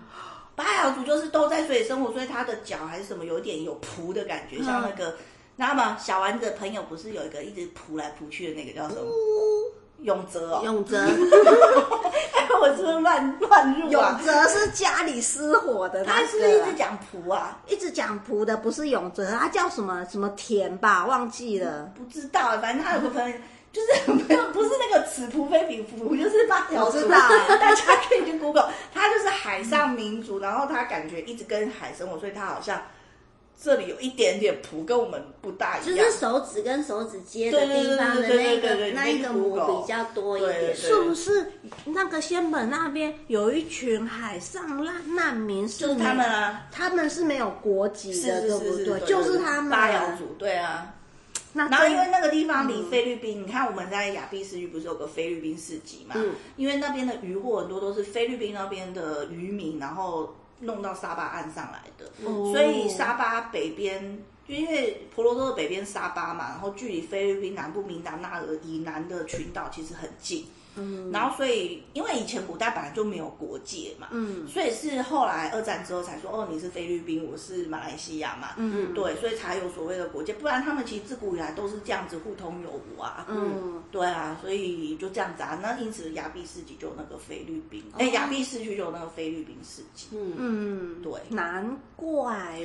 S1: 巴瑶族就是都在水里生活，所以他的脚还是什么有一点有蹼的感觉，像那个那么小丸子的朋友不是有一个一直蹼来蹼去的那个叫什么？永泽哦，
S3: 永泽，
S1: 我是不是乱乱入
S2: 永
S1: 啊？
S2: 泽是家里失火的那
S1: 他
S2: 个，
S1: 是不是一直讲蹼啊，
S2: 一直讲仆的，不是永泽，他叫什么什么田吧，忘记了。
S1: 不知道，反正他有个朋友。就是 没有，不是那个此仆非彼仆，就是八条
S2: 我
S1: 知
S2: 知
S1: 道
S2: 道，
S1: 大家可以去 Google。他就是海上民族，然后他感觉一直跟海生活，所以他好像这里有一点点仆，跟我们不大一
S3: 就
S1: 样。
S3: 是手指跟手指接的地方
S1: 对对对对
S3: 的那
S1: 对对对
S3: 个那一个膜比较多一
S1: 对对
S3: 点，
S1: 对
S2: 是不是那个仙本那边有一群海上难难民是？
S1: 就是他们，啊，
S2: 他们是没有国籍
S1: 是是
S2: 的，对
S1: 是
S2: 不
S1: 是
S2: 对？就是他们
S1: 八瑶。族，对啊。
S2: 那
S1: 然后
S2: 真
S1: 因为那个地方离菲律宾，你看我们在亚庇市区不是有个菲律宾市集嘛？
S3: 嗯
S1: 因为那边的渔获很多都是菲律宾那边的渔民，然后弄到沙巴岸上来的，
S2: 哦
S1: 所以沙巴北边。就因为婆罗洲的北边沙巴嘛，然后距离菲律宾南部明达纳尔以南的群岛其实很近，
S3: 嗯
S1: 然后所以因为以前古代本来就没有国界嘛，
S3: 嗯
S1: 所以是后来二战之后才说，哦，你是菲律宾，我是马来西亚嘛，
S3: 嗯
S1: 对，所以才有所谓的国界，不然他们其实自古以来都是这样子互通有无啊，
S3: 嗯
S1: 对啊，所以就这样子啊，那因此亚庇市集就有那个菲律宾，哎、亚庇市区就有那个菲律宾市集，
S3: 嗯
S2: 哦嗯，
S1: 对
S2: 难
S3: 怪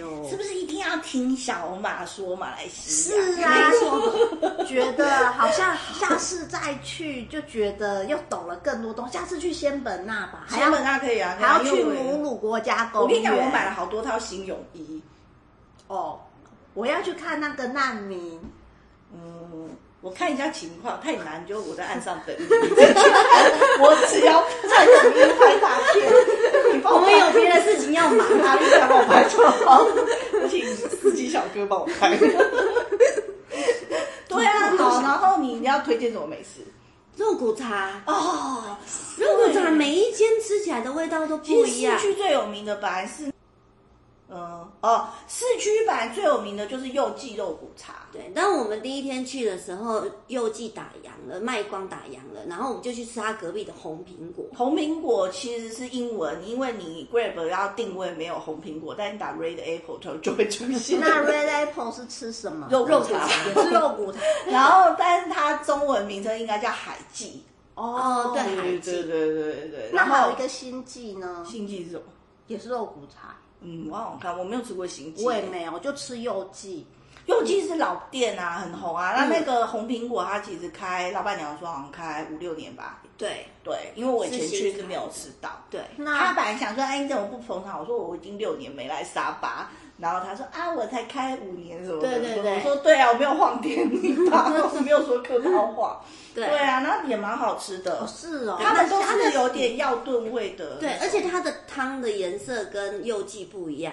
S3: 哦，
S1: 是不是一定要听小马说马来西亚？
S2: 是啊，觉得好像下次再去就觉得又懂了更多东西。下次去仙本那吧，还
S1: 小
S2: 要
S1: 本那可以啊，
S2: 还要
S1: 因为
S2: 去
S1: 我也
S2: 母。乳国家公园。
S1: 我跟你讲，我买了好多套新泳衣，
S2: 哦，我要去看那个难民。
S1: 嗯，我看一下情况，太难就我在岸上等你。我只要在泳衣拍大片，你帮
S3: 我
S1: 我
S3: 们
S1: 拍
S3: 有别的事情要忙
S1: 哪里想帮我拍就好，我请司机小哥帮我拍。 对啊，好，然后你要推荐什么美食？
S3: 肉骨茶，
S1: 哦，
S3: 肉骨茶每一间吃起来的味道都
S1: 其
S3: 不
S1: 实
S3: 一样
S1: 市。区最有名的本来是，嗯哦，市区本来最有名的就是右记肉骨茶。
S3: 对，但我们第一天去的时候，右记打烊了，卖光打烊了，然后我们就去吃他隔壁的红苹果。
S1: 红苹果其实是英文，因为你 Grab 要定位没有红苹果，但你打 Red Apple 就就会出 现。
S2: 那 Red Apple 是吃什么？
S1: 肉
S2: 肉
S1: 骨茶
S2: 也是肉骨 茶。
S1: 然后，但是它中文名称应该叫海记。
S2: 哦，
S3: 对
S1: 对对对对对对。
S2: 那
S1: 然
S2: 还有
S1: 后
S2: 一个星际呢，
S1: 新记是什么？
S2: 也是肉骨茶。
S1: 嗯，我好像看，我没有吃过新记。
S2: 我也没有，我就吃柚记。
S1: 尤其是老店啊，很红啊。那那个红苹果，它其实开老板娘说好像开五六年吧。
S3: 对
S1: 对，因为我以前
S3: 是新
S1: 去
S3: 开
S1: 是没有吃到。
S3: 对，
S1: 他
S2: 那
S1: 本来想说，哎，你怎么不捧场？我说我已经六年没来沙巴。然后他说啊，我才开五年什么的。
S3: 对对对
S1: 我说对啊，我没有晃点你吧，我没有说客套话。
S3: 对
S1: 对啊，那也蛮好吃的
S2: 哦。是哦，
S1: 他们都
S3: 它的
S1: 是有点药炖味的。
S3: 对，而且它的汤的颜色跟右记不一样。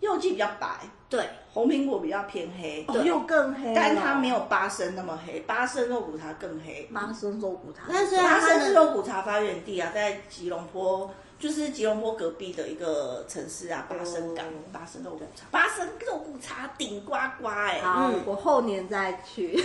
S1: 柚记比较白，
S3: 对，
S1: 红苹果比较偏黑。
S2: 哦又更黑了，
S1: 但它没有八升那么黑，八升肉骨茶更黑。
S2: 麻生肉骨茶。
S3: 但是
S1: 八
S3: 它
S1: 升是
S3: 的
S1: 肉骨茶发源地啊，在吉隆坡，就是吉隆坡隔壁的一个城市啊，八升港
S3: 哦，
S1: 八升肉骨茶，八升肉骨茶顶呱呱哎、
S2: 好
S3: 嗯，
S2: 我后年再 去，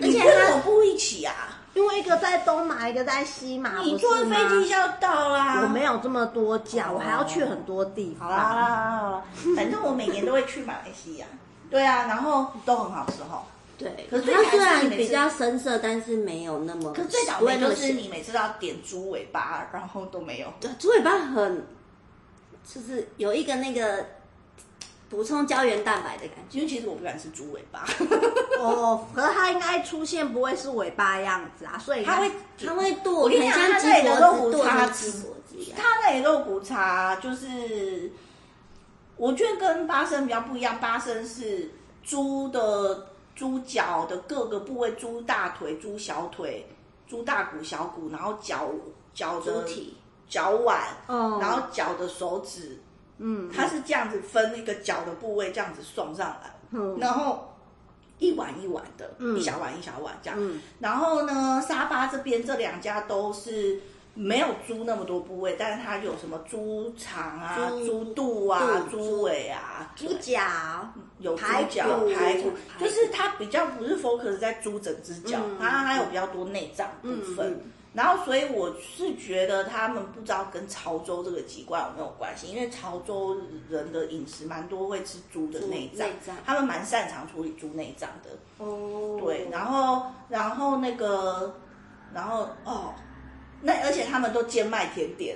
S1: 你跟我不一起啊？
S2: 因为一个在东马，一个在西马，
S1: 你
S2: 不
S1: 坐
S2: 是吗
S1: 飞机就要到啦。
S2: 我没有这么多假，我还要去很多地
S1: 好啦好啦
S2: 方。
S1: 好啦，反正我每年都会去马来西亚。对啊，然后都很好吃哈。
S3: 对，
S1: 可
S3: 它
S1: 是最难吃
S3: 虽然
S1: 你每次
S3: 比较深色，但是没有那么，
S1: 可是最倒
S3: 不会
S1: 霉
S3: 那
S1: 就
S3: 么
S1: 是
S3: 咸。
S1: 你每次都要点猪尾巴，然后都没有。
S3: 对，猪尾巴很，就是有一个那个补充胶原蛋白的感觉。
S1: 因为其实我不敢吃猪尾巴，
S2: 哦，可是它应该出现不会是尾巴样子啊，所以
S1: 它会
S3: 它会
S1: 我
S3: 剁，
S1: 跟你讲
S3: 很像
S1: 它
S3: 鸡
S1: 这里的肉
S3: 脖
S1: 骨
S3: 子剁
S1: 茶
S3: 成鸡脖子一样。
S1: 它那里肉骨茶就是，我觉得跟八生比较不一样，八生是猪的猪脚的各个部位，猪大腿、猪小腿、猪大骨、小骨，然后脚脚
S3: 猪
S1: 的
S3: 体，
S1: 脚腕，
S2: 哦
S1: 然后脚的手指，
S2: 嗯
S1: 它是这样子分那个脚的部位，这样子送上来，
S2: 嗯
S1: 然后一碗一碗的，
S2: 嗯
S1: 一小碗一小碗这样。
S2: 嗯
S1: 然后呢，沙巴这边这两家都是没有猪那么多部位，但是它有什么猪肠啊、
S3: 猪
S1: 猪肚啊、
S3: 肚
S1: 猪尾啊，
S2: 猪脚
S1: 有猪
S2: 排
S1: 脚
S2: 骨、
S1: 排骨，
S3: 排骨
S1: 就是它比较不是 focus 在猪整只脚，
S3: 嗯
S1: 它还有比较多内脏部分。
S3: 嗯嗯
S1: 然后，所以我是觉得他们不知道跟潮州这个籍贯有没有关系，因为潮州人的饮食蛮多会吃猪的
S3: 猪
S1: 内脏
S3: 内脏，
S1: 他们蛮擅长处理猪内脏的。
S3: 哦，
S1: 对，然后然后那个，然后哦，那而且他们都兼卖甜点，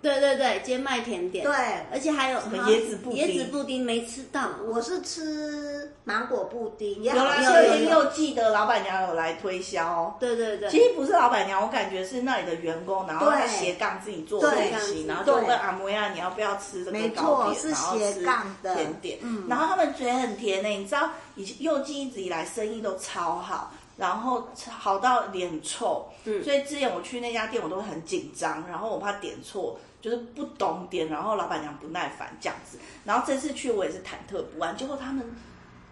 S3: 对对对，煎麦甜点，
S2: 对，
S3: 而且还有
S1: 么椰子布丁
S3: 椰子布丁没吃到，
S2: 我是吃芒果布丁，也
S1: 有
S2: 好
S1: 啦，
S2: 吃
S1: 所
S3: 啊有
S1: 以又记得老板娘有来推销。哦
S3: 对对对，
S1: 其实不是老板娘，我感觉是那里的员工，然后
S2: 对
S1: 他斜杠自己做
S2: 对
S1: 练习，然后就问阿摩亚你要不要吃这个
S2: 没
S1: 糕
S2: 错，
S1: 点，
S2: 是
S1: 然后
S2: 斜
S1: 吃
S2: 杠的
S1: 甜点，
S2: 嗯，
S1: 然后他们嘴很甜呢、你知道以前右记一直以来生意都超好，然后好到脸臭，
S3: 嗯
S1: 所以之前我去那家店我都会很紧张，然后我怕点错，就是不懂点，然后老板娘不耐烦这样子，然后这次去我也是忐忑不安，结果他们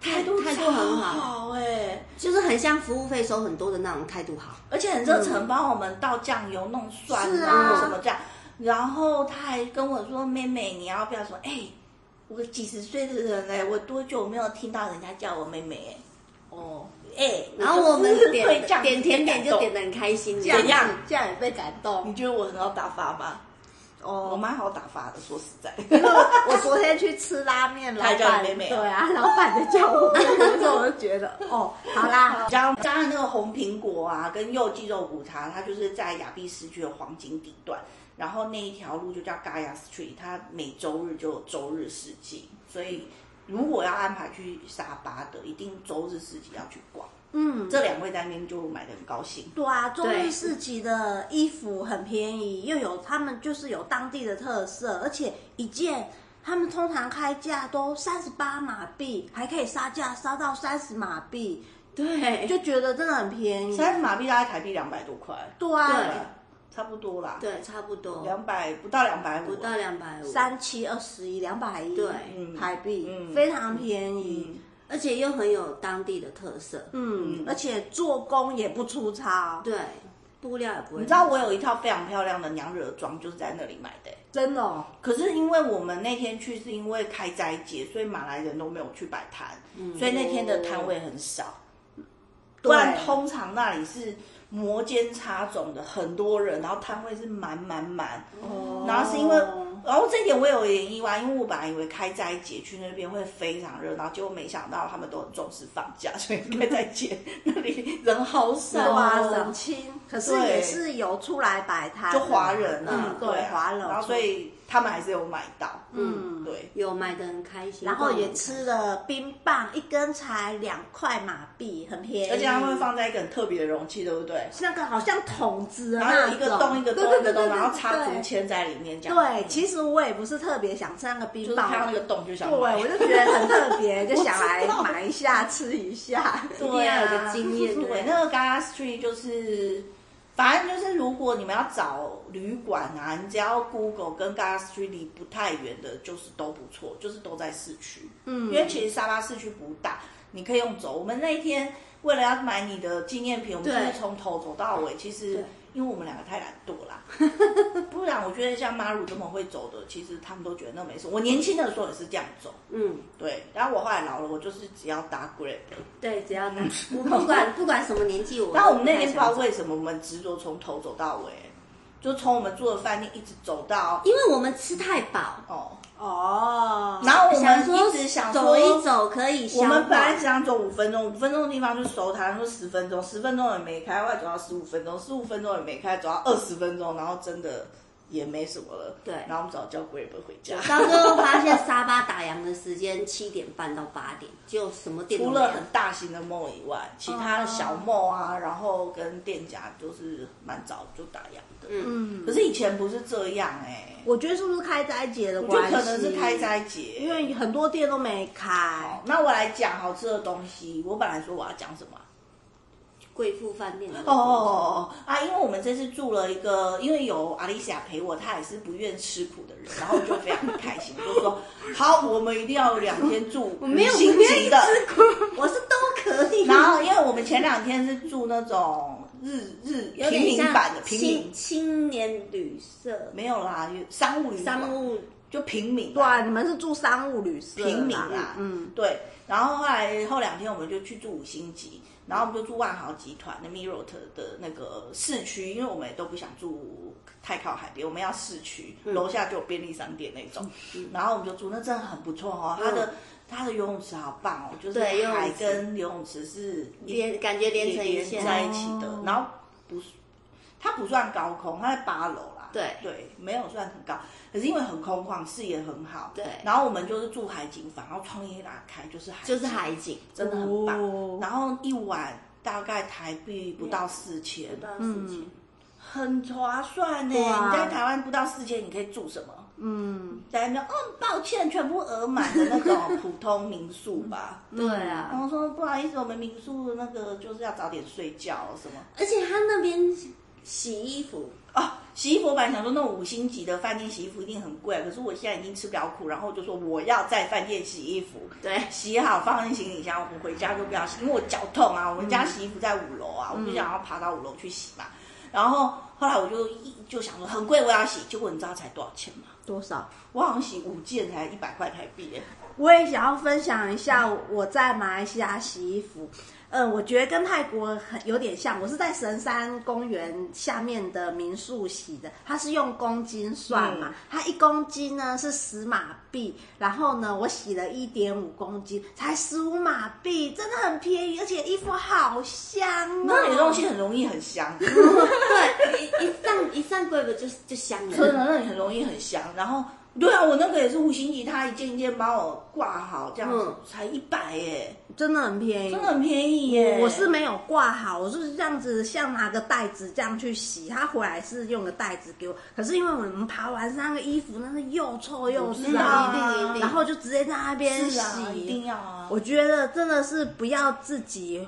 S1: 态度
S3: 态度
S1: 超
S3: 很
S1: 好
S3: 好
S1: 哎、
S3: 就是很像服务费收很多的那种态度好。
S1: 而且很热
S3: 嗯
S1: 诚，帮我们倒酱油、弄蒜
S2: 是
S1: 啊
S2: 啊
S1: 什么这样。然后他还跟我说：“妹妹，你要不要说？哎、我几十岁的人哎、我多久没有听到人家叫我妹妹、哎
S3: 哦，
S1: 哎，
S3: 然后我们点
S1: 对这样
S3: 点甜点就点
S1: 的，
S3: 的很开心，
S1: 这样
S3: 样
S1: 子
S2: 这样也被感
S1: 你
S2: 动
S1: 觉得我很好打发吗？我
S2: 哦。
S1: 蛮好打发的，说实在，
S2: 我昨天去吃拉面，老
S1: 他还叫
S2: 板
S1: 你妹妹
S2: 对
S1: 啊
S2: 啊， 老板就叫我妹妹，所以我就 觉得哦，好啦，
S1: 加加上那个红苹果啊，跟柚鸡肉骨茶，它就是在亚庇市区的黄金地段，然后那一条路就叫 Gaia Street，它每周日就有周日市集，所以如果要安排去沙巴的，一定周日市集要去逛。
S2: 嗯，
S1: 这两位在那边就买的很高兴。
S2: 对啊，中
S3: 对
S2: 日市集的衣服很便宜，又有他们就是有当地的特色，而且一件他们通常开价都三十八马币，还可以杀价杀到三十马币，
S3: 对
S2: 就觉得真的很便宜。
S1: 三十马币大概台币两百多块，
S2: 对啊，
S3: 对
S1: 差不多啦，
S3: 对，差不多
S1: 两百不到两百五，
S3: 不到两百五，
S2: 三七二十一，两百一，
S3: 对
S1: 嗯
S2: 台币、
S1: 嗯
S2: 非常便宜
S1: 嗯。
S3: 而且又很有当地的特色，
S2: 嗯，而且做工也不粗糙，
S3: 对，布料也不会。
S1: 你知道我有一套非常漂亮的娘惹装，就是在那里买的欸、
S2: 真的、哦。
S1: 可是因为我们那天去是因为开斋节，所以马来人都没有去摆摊，
S2: 嗯
S1: 所以那天的摊位很少。不然通常那里是摩肩擦踵的，很多人，然后摊位是满满满。
S2: 哦
S1: 然后是因为，然后这一点我有一点意外，因为我本来以为开斋节去那边会非常热闹，结果没想到他们都很重视放假，所以开斋节那里人好少
S2: 对啊，
S1: 哦
S2: 省亲，可是也是有出来摆摊的，
S1: 就华人啊，
S2: 嗯，
S1: 对
S2: 对，
S1: 啊
S2: 华人，
S1: 然后所以他们还是有买到，
S2: 嗯
S1: 对。
S3: 有买的很开心，
S2: 然后也
S3: 逛
S2: 吃了冰棒，一根才两块马币，很便宜，
S1: 而且他们会放在一个很特别的容器，对不对？
S2: 那个好像筒子的
S1: 然后有
S2: 那
S1: 一个洞一个
S2: 种
S1: 洞一个洞，然后插竹。
S2: 对对对对对
S1: 签在里面这样。
S2: 对，其实我也不是特别想吃那个
S1: 就
S2: 冰
S1: 是
S2: 棒，
S1: 看到那个洞就想
S2: 对，
S1: 买
S2: 我。就觉得很特 别，就想来
S1: 我知道
S2: 买一下吃一下。
S1: 对
S3: 一定要有个经验，
S1: 对，
S3: 对，
S1: 那个 Gaia Street 就是，反正就是如果你们要找旅馆啊，你只要 Google 跟 Gaia Street 离不太远的，就是都不错，就是都在市区。
S2: 嗯
S1: 因为其实沙巴市区不大，你可以用走。我们那一天为了要买你的纪念品，我们就
S3: 对
S1: 是从头走到尾。其实
S3: 对
S1: 因为我们两个太懒惰 啦，不然我觉得像马鲁这么会走的，其实他们都觉得那没什么。我年轻的时候也是这样走，
S3: 嗯，
S1: 对。然后我后来老了，我就是只要搭 Grab。
S3: 对，只要打，我不管不管什么年纪，我
S1: 但我们那
S3: 都
S1: 天
S3: 不
S1: 不
S3: 太
S1: 知道
S3: 想
S1: 为什么我们执着从头走到尾，就从我们住的饭店一直走到
S3: 因为我们吃太饱，
S1: 哦，
S2: 哦，
S1: 然后我
S3: 想
S1: 们
S3: 说
S1: 一直想说
S3: 走一走可以消
S1: 我
S3: 化，
S1: 们本来只想走五分钟，五分钟的地方就收摊，说十分钟，十分钟也没开，后来走到十五分钟，十五分钟也没开，走到二十分钟，然后真的也没什么了。
S3: 对
S1: 然后我们只好叫 Grab 回家。
S3: 到最后发现沙巴打烊的时间七点半到八点，就什么店都
S1: 除
S3: 没
S1: 了
S3: 有。哦
S1: 很大型的 mall 以外，其他的小 mall 啊，然后跟店家都是蛮早就打烊的。
S2: 嗯
S1: 可，是以前不是这样哎、
S2: 我觉得是不是开斋节的
S1: 我觉
S2: 关
S1: 得
S2: 系？
S1: 可能是开，斋节，
S2: 因为很多店都没开
S1: 好。哦那我来讲好吃的东西。我本来说我要讲什么啊、
S3: 贵妇饭店的
S1: 哦哦哦哦啊！因为我们这次住了一个，因为有阿丽莎陪我，她也是不愿吃苦的人，然后我就非常的开心，就说好，我们一定要有两天住五星级的。
S2: 我是都可以。
S1: 然后，因为我们前两天是住那种日日平
S3: 有点
S1: 民
S3: 像
S1: 版的平
S3: 青
S1: 民，
S3: 青年旅社、
S1: 没有啦，商务旅馆
S3: 商务
S1: 就平民
S2: 对啊，
S1: 啦，
S2: 你们是住商务旅社啦，
S1: 平民啦，
S2: 嗯，
S1: 对。然后后来后两天我们就去住五星级，然后我们就住万豪集团的 Mirot 的那个市区，因为我们也都不想住太靠海边，我们要市区，
S3: 嗯
S1: 楼下就有便利商店那种。然后我们就住，那真的很不错哦，它的、它的游泳池好棒哦，就是
S3: 嗯对游泳
S1: 海
S3: 池
S1: 跟游泳池是一
S3: 连感觉连成一
S1: 连
S3: 线，啊
S1: 在一起的
S2: 哦，
S1: 然后不是它不算高空，它在八楼啦，
S3: 对
S1: 对，没有算很高，可是因为很空旷，视野很好，
S3: 对
S1: 然后我们就是住海景房，然后窗帘一打开就是海，
S3: 就是海，景，
S1: 真的很棒。
S2: 哦
S1: 然后一晚大概台币不到四千，
S3: 嗯，
S1: 很划算呢。
S2: 对啊
S1: 你在台湾不到四千，你可以住什么？
S2: 嗯，
S1: 在那边哦，抱歉，全部额满的那种普通民宿吧。
S3: 对
S1: 然
S3: 啊，
S1: 后说不好意思，我们民宿那个就是要早点睡觉什么。
S3: 而且他那边洗衣服，
S1: 哦，洗衣服我本来想说那种五星级的饭店洗衣服一定很贵，可是我现在已经吃不了苦，然后我就说我要在饭店洗衣服，
S3: 对
S1: 洗好放进行李箱，我们回家就不要洗，因为我脚痛啊，我们家洗衣服在五楼啊，我不想要爬到五楼去洗嘛。然后后来我就一就想说很贵，我要洗，结果你知道才多少钱吗？
S2: 多少？
S1: 我好像洗五件才一百块台币耶、
S2: 我也想要分享一下我在马来西亚洗衣服。嗯，我觉得跟泰国很有点像。我是在神山公园下面的民宿洗的，它是用公斤算
S1: 嗯
S2: 嘛，它一公斤呢是十马币，然后呢我洗了一点五公斤，才十五马币，真的很便宜，而且衣服好香哦。
S1: 那你的东西很容易很香，
S3: 对，一一上一上柜不就就香
S1: 真
S3: 了。
S1: 的，那你很容易很香。然后，对啊，我那个也是五星级，他一件一件帮我挂好，这样子、
S3: 嗯
S1: 才一百耶，
S2: 真的很便宜，
S1: 真的很便宜耶。
S2: 我是没有挂好，我就是这样子，像拿个袋子这样去洗。他回来是用个袋子给我，可是因为我们爬完山那个衣服，那是又臭又
S3: 嗯
S1: 我知
S2: 湿
S1: 道
S2: 啊，
S1: 啊
S3: 一定一定
S2: 然后就直接在那边
S1: 是啊，一
S2: 洗。
S1: 定要啊。
S2: 我觉得真的是不要自己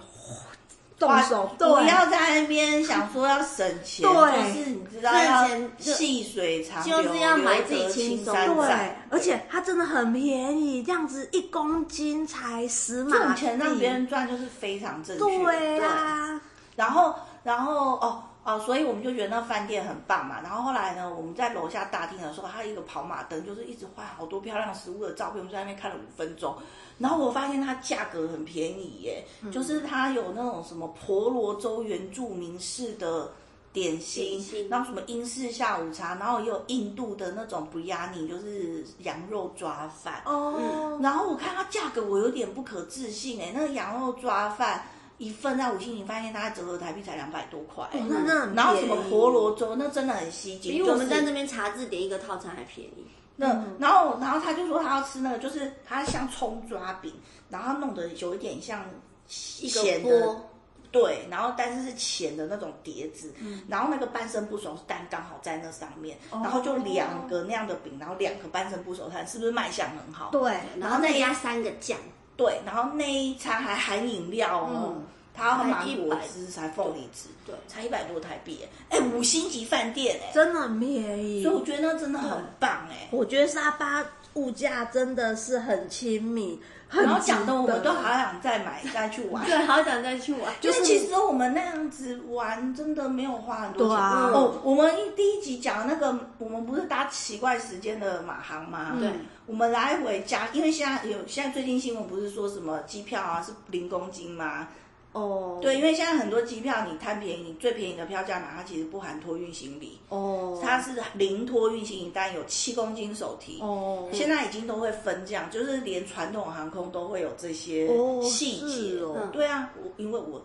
S2: 动
S1: 花
S2: 手，
S1: 不要在那边想说要省钱，
S2: 对
S1: 就是你知道
S3: 省
S1: 要
S3: 钱就
S1: 细水长流，
S3: 就是要买
S1: 留得
S3: 自己轻
S1: 青
S3: 松
S1: 山
S3: 的
S1: 在
S2: 对，而且它真的很便宜，这样子一公斤才十
S1: 这
S2: 马
S1: 种
S2: 币，
S1: 钱让别人赚就是非常正确。
S2: 对啊，
S1: 然后，然后哦哦，所以我们就觉得那饭店很棒嘛。然后后来呢，我们在楼下大厅的时候，它有一个跑马灯，就是一直画好多漂亮食物的照片，我们在那边看了五分钟。然后我发现它价格很便宜耶，
S3: 嗯
S1: 就是它有那种什么婆罗洲原住民式的。点心
S3: 点，心
S1: 然后什么英式下午茶，然后也有印度的那种 biryani，就是羊肉抓饭。
S2: 哦，
S1: 然后我看它价格，我有点不可置信哎、那个羊肉抓饭一份在五星级饭店，大概折合台币才两百多块、欸
S2: 哦那真的很
S1: 然后什
S2: 便
S1: 么
S2: 宜
S1: 婆罗洲，那真的很吸睛。
S3: 比我们
S1: 就是
S3: 在那边查字典一个套餐还便宜。
S1: 那，
S2: 嗯
S1: 然后然后他就说他要吃那个，就是他像葱抓饼，然后弄得有一点像咸的
S3: 锅，
S1: 对，然后但是是浅的那种碟子，
S2: 嗯
S1: 然后那个半生不熟蛋刚好在那上面，
S2: 哦
S1: 然后就两个那样的饼，然后两个半生不熟蛋，是不是卖相很好？
S2: 对，
S3: 然后再加三个酱，
S1: 对，然后那一餐还含饮料哦，
S3: 嗯
S1: 它还
S3: 还
S1: 芒
S3: 100
S1: 果汁，才凤梨汁，
S3: 对
S1: 才一百多台币耶，哎，五星级饭店哎，
S2: 真的很便宜。
S1: 所以我觉得那真的很棒哎。
S2: 我觉得沙巴物价真的是很亲民，很
S1: 然后讲
S2: 的
S1: 的我们都好想再买再去玩，
S3: 对，好想再去玩。
S1: 因为其实我们那样子玩真的没有花很多钱。
S2: 对啊
S1: 哦，我们一第一集讲那个，我们不是搭奇怪时间的马航吗？
S3: 对嗯
S1: 我们来回加，因为现在有现在最近新闻不是说什么机票啊是零公斤吗？
S2: 哦，
S1: 对，因为现在很多机票你贪便宜，最便宜的票价嘛，它其实不含托运行李，
S2: 哦，
S1: 它是零托运行李但有七公斤手提。
S2: 哦，
S1: 现在已经都会分这样，就是连传统航空都会有这些
S2: 哦
S1: 细节。
S2: 是哦
S1: 对啊，我因为我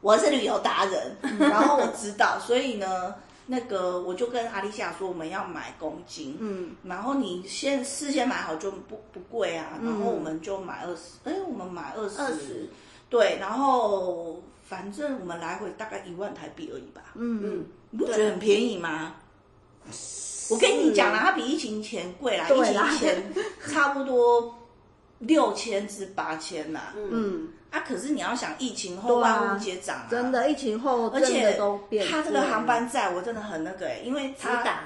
S1: 我是旅游达人，然后我知道，所以呢，那个我就跟阿丽夏说我们要买公斤，
S2: 嗯，
S1: 然后你先事先买好就不不贵啊，然后我们就买二十，哎，我们买二十
S3: 20，
S1: 对，然后反正我们来回大概一万台币而已吧，
S2: 嗯，
S1: 你不觉得很便宜吗？我跟你讲啦，它比疫情前贵啦，疫
S2: 对啦
S1: 情前差不多六千至八千啦。
S2: 嗯，
S1: 啊，可是你要想疫情后
S2: 对啊
S1: 万物皆涨啊，
S2: 真。的，疫情后
S1: 而
S2: 真
S1: 且
S2: 的都变贵了，
S1: 它这个航班债我真的很那个、欸，因为
S3: 直
S1: 它
S3: 达，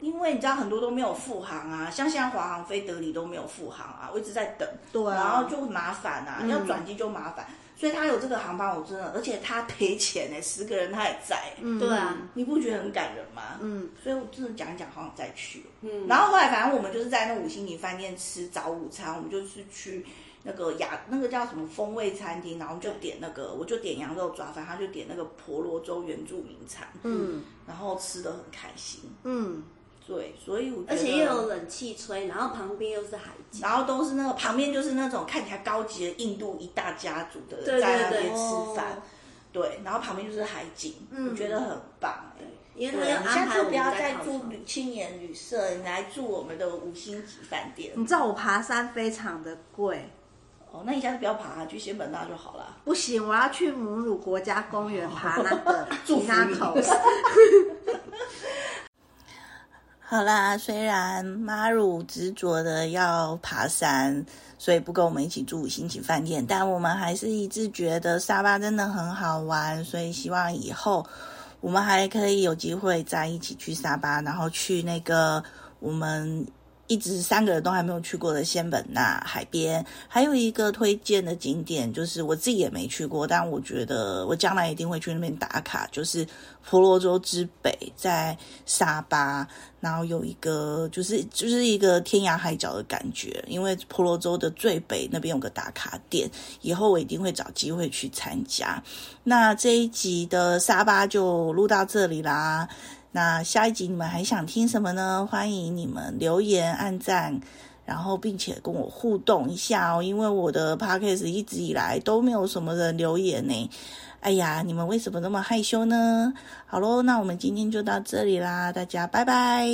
S1: 因为你知道很多都没有复航啊，像现在华航飞德里都没有复航啊，我一直在等，
S2: 对啊嗯
S1: 然后就麻烦啊，要转机就麻烦，所以他有这个航班，我真的，而且他赔钱呢、十个人他也在、嗯，
S3: 对啊，
S1: 你不觉得很感人吗？
S2: 嗯，
S1: 所以我真的讲一讲，好想再去、嗯，然后后来反正我们就是在那五星级饭店吃早午餐，我们就是去那个雅那个叫什么风味餐厅，然后就点那个，我就点羊肉抓饭，他就点那个婆罗洲原住民餐，嗯，然后吃的很开心，
S2: 嗯，
S1: 对，所以我觉得
S3: 而且又有冷气吹，然后旁边又是海景，
S1: 然后都是那个旁边就是那种看起来高级的印度一大家族的人
S3: 对
S1: 在那
S3: 对
S1: 边
S3: 对
S1: 吃饭，对，然后旁边就是海景，我觉
S3: 嗯
S1: 得很棒哎。
S3: 因为
S1: 对，
S3: 他
S1: 你
S3: 就
S1: 下次
S3: 安排我
S1: 不
S3: 们
S1: 要
S3: 在
S1: 再
S3: 套
S1: 住
S3: 房
S1: 旅青年旅社，你来住我们的五星级饭店。
S2: 嗯
S3: 嗯
S2: 你知道我爬山非常的贵，
S1: 哦，那你下次不要爬，去仙本那就好了。
S2: 不行，我要去母乳国家公园爬那个
S1: 祝福你
S2: Pinacles
S1: 好啦，虽然妈乳执着的要爬山，所以不跟我们一起住五星级饭店，但我们还是一致觉得沙巴真的很好玩，所以希望以后我们还可以有机会再一起去沙巴，然后去那个我们一直三个人都还没有去过的仙本那海边，还有一个推荐的景点，就是我自己也没去过，但我觉得我将来一定会去那边打卡，就是婆罗洲之北，在沙巴，然后有一个就是就是一个天涯海角的感觉，因为婆罗洲的最北那边有个打卡点，以后我一定会找机会去参加。那这一集的沙巴就录到这里啦。那下一集你们还想听什么呢？欢迎你们留言、按赞，然后并且跟我互动一下哦，因为我的 podcast 一直以来都没有什么人留言呢。哎呀，你们为什么那么害羞呢？好喽，那我们今天就到这里啦，大家拜拜。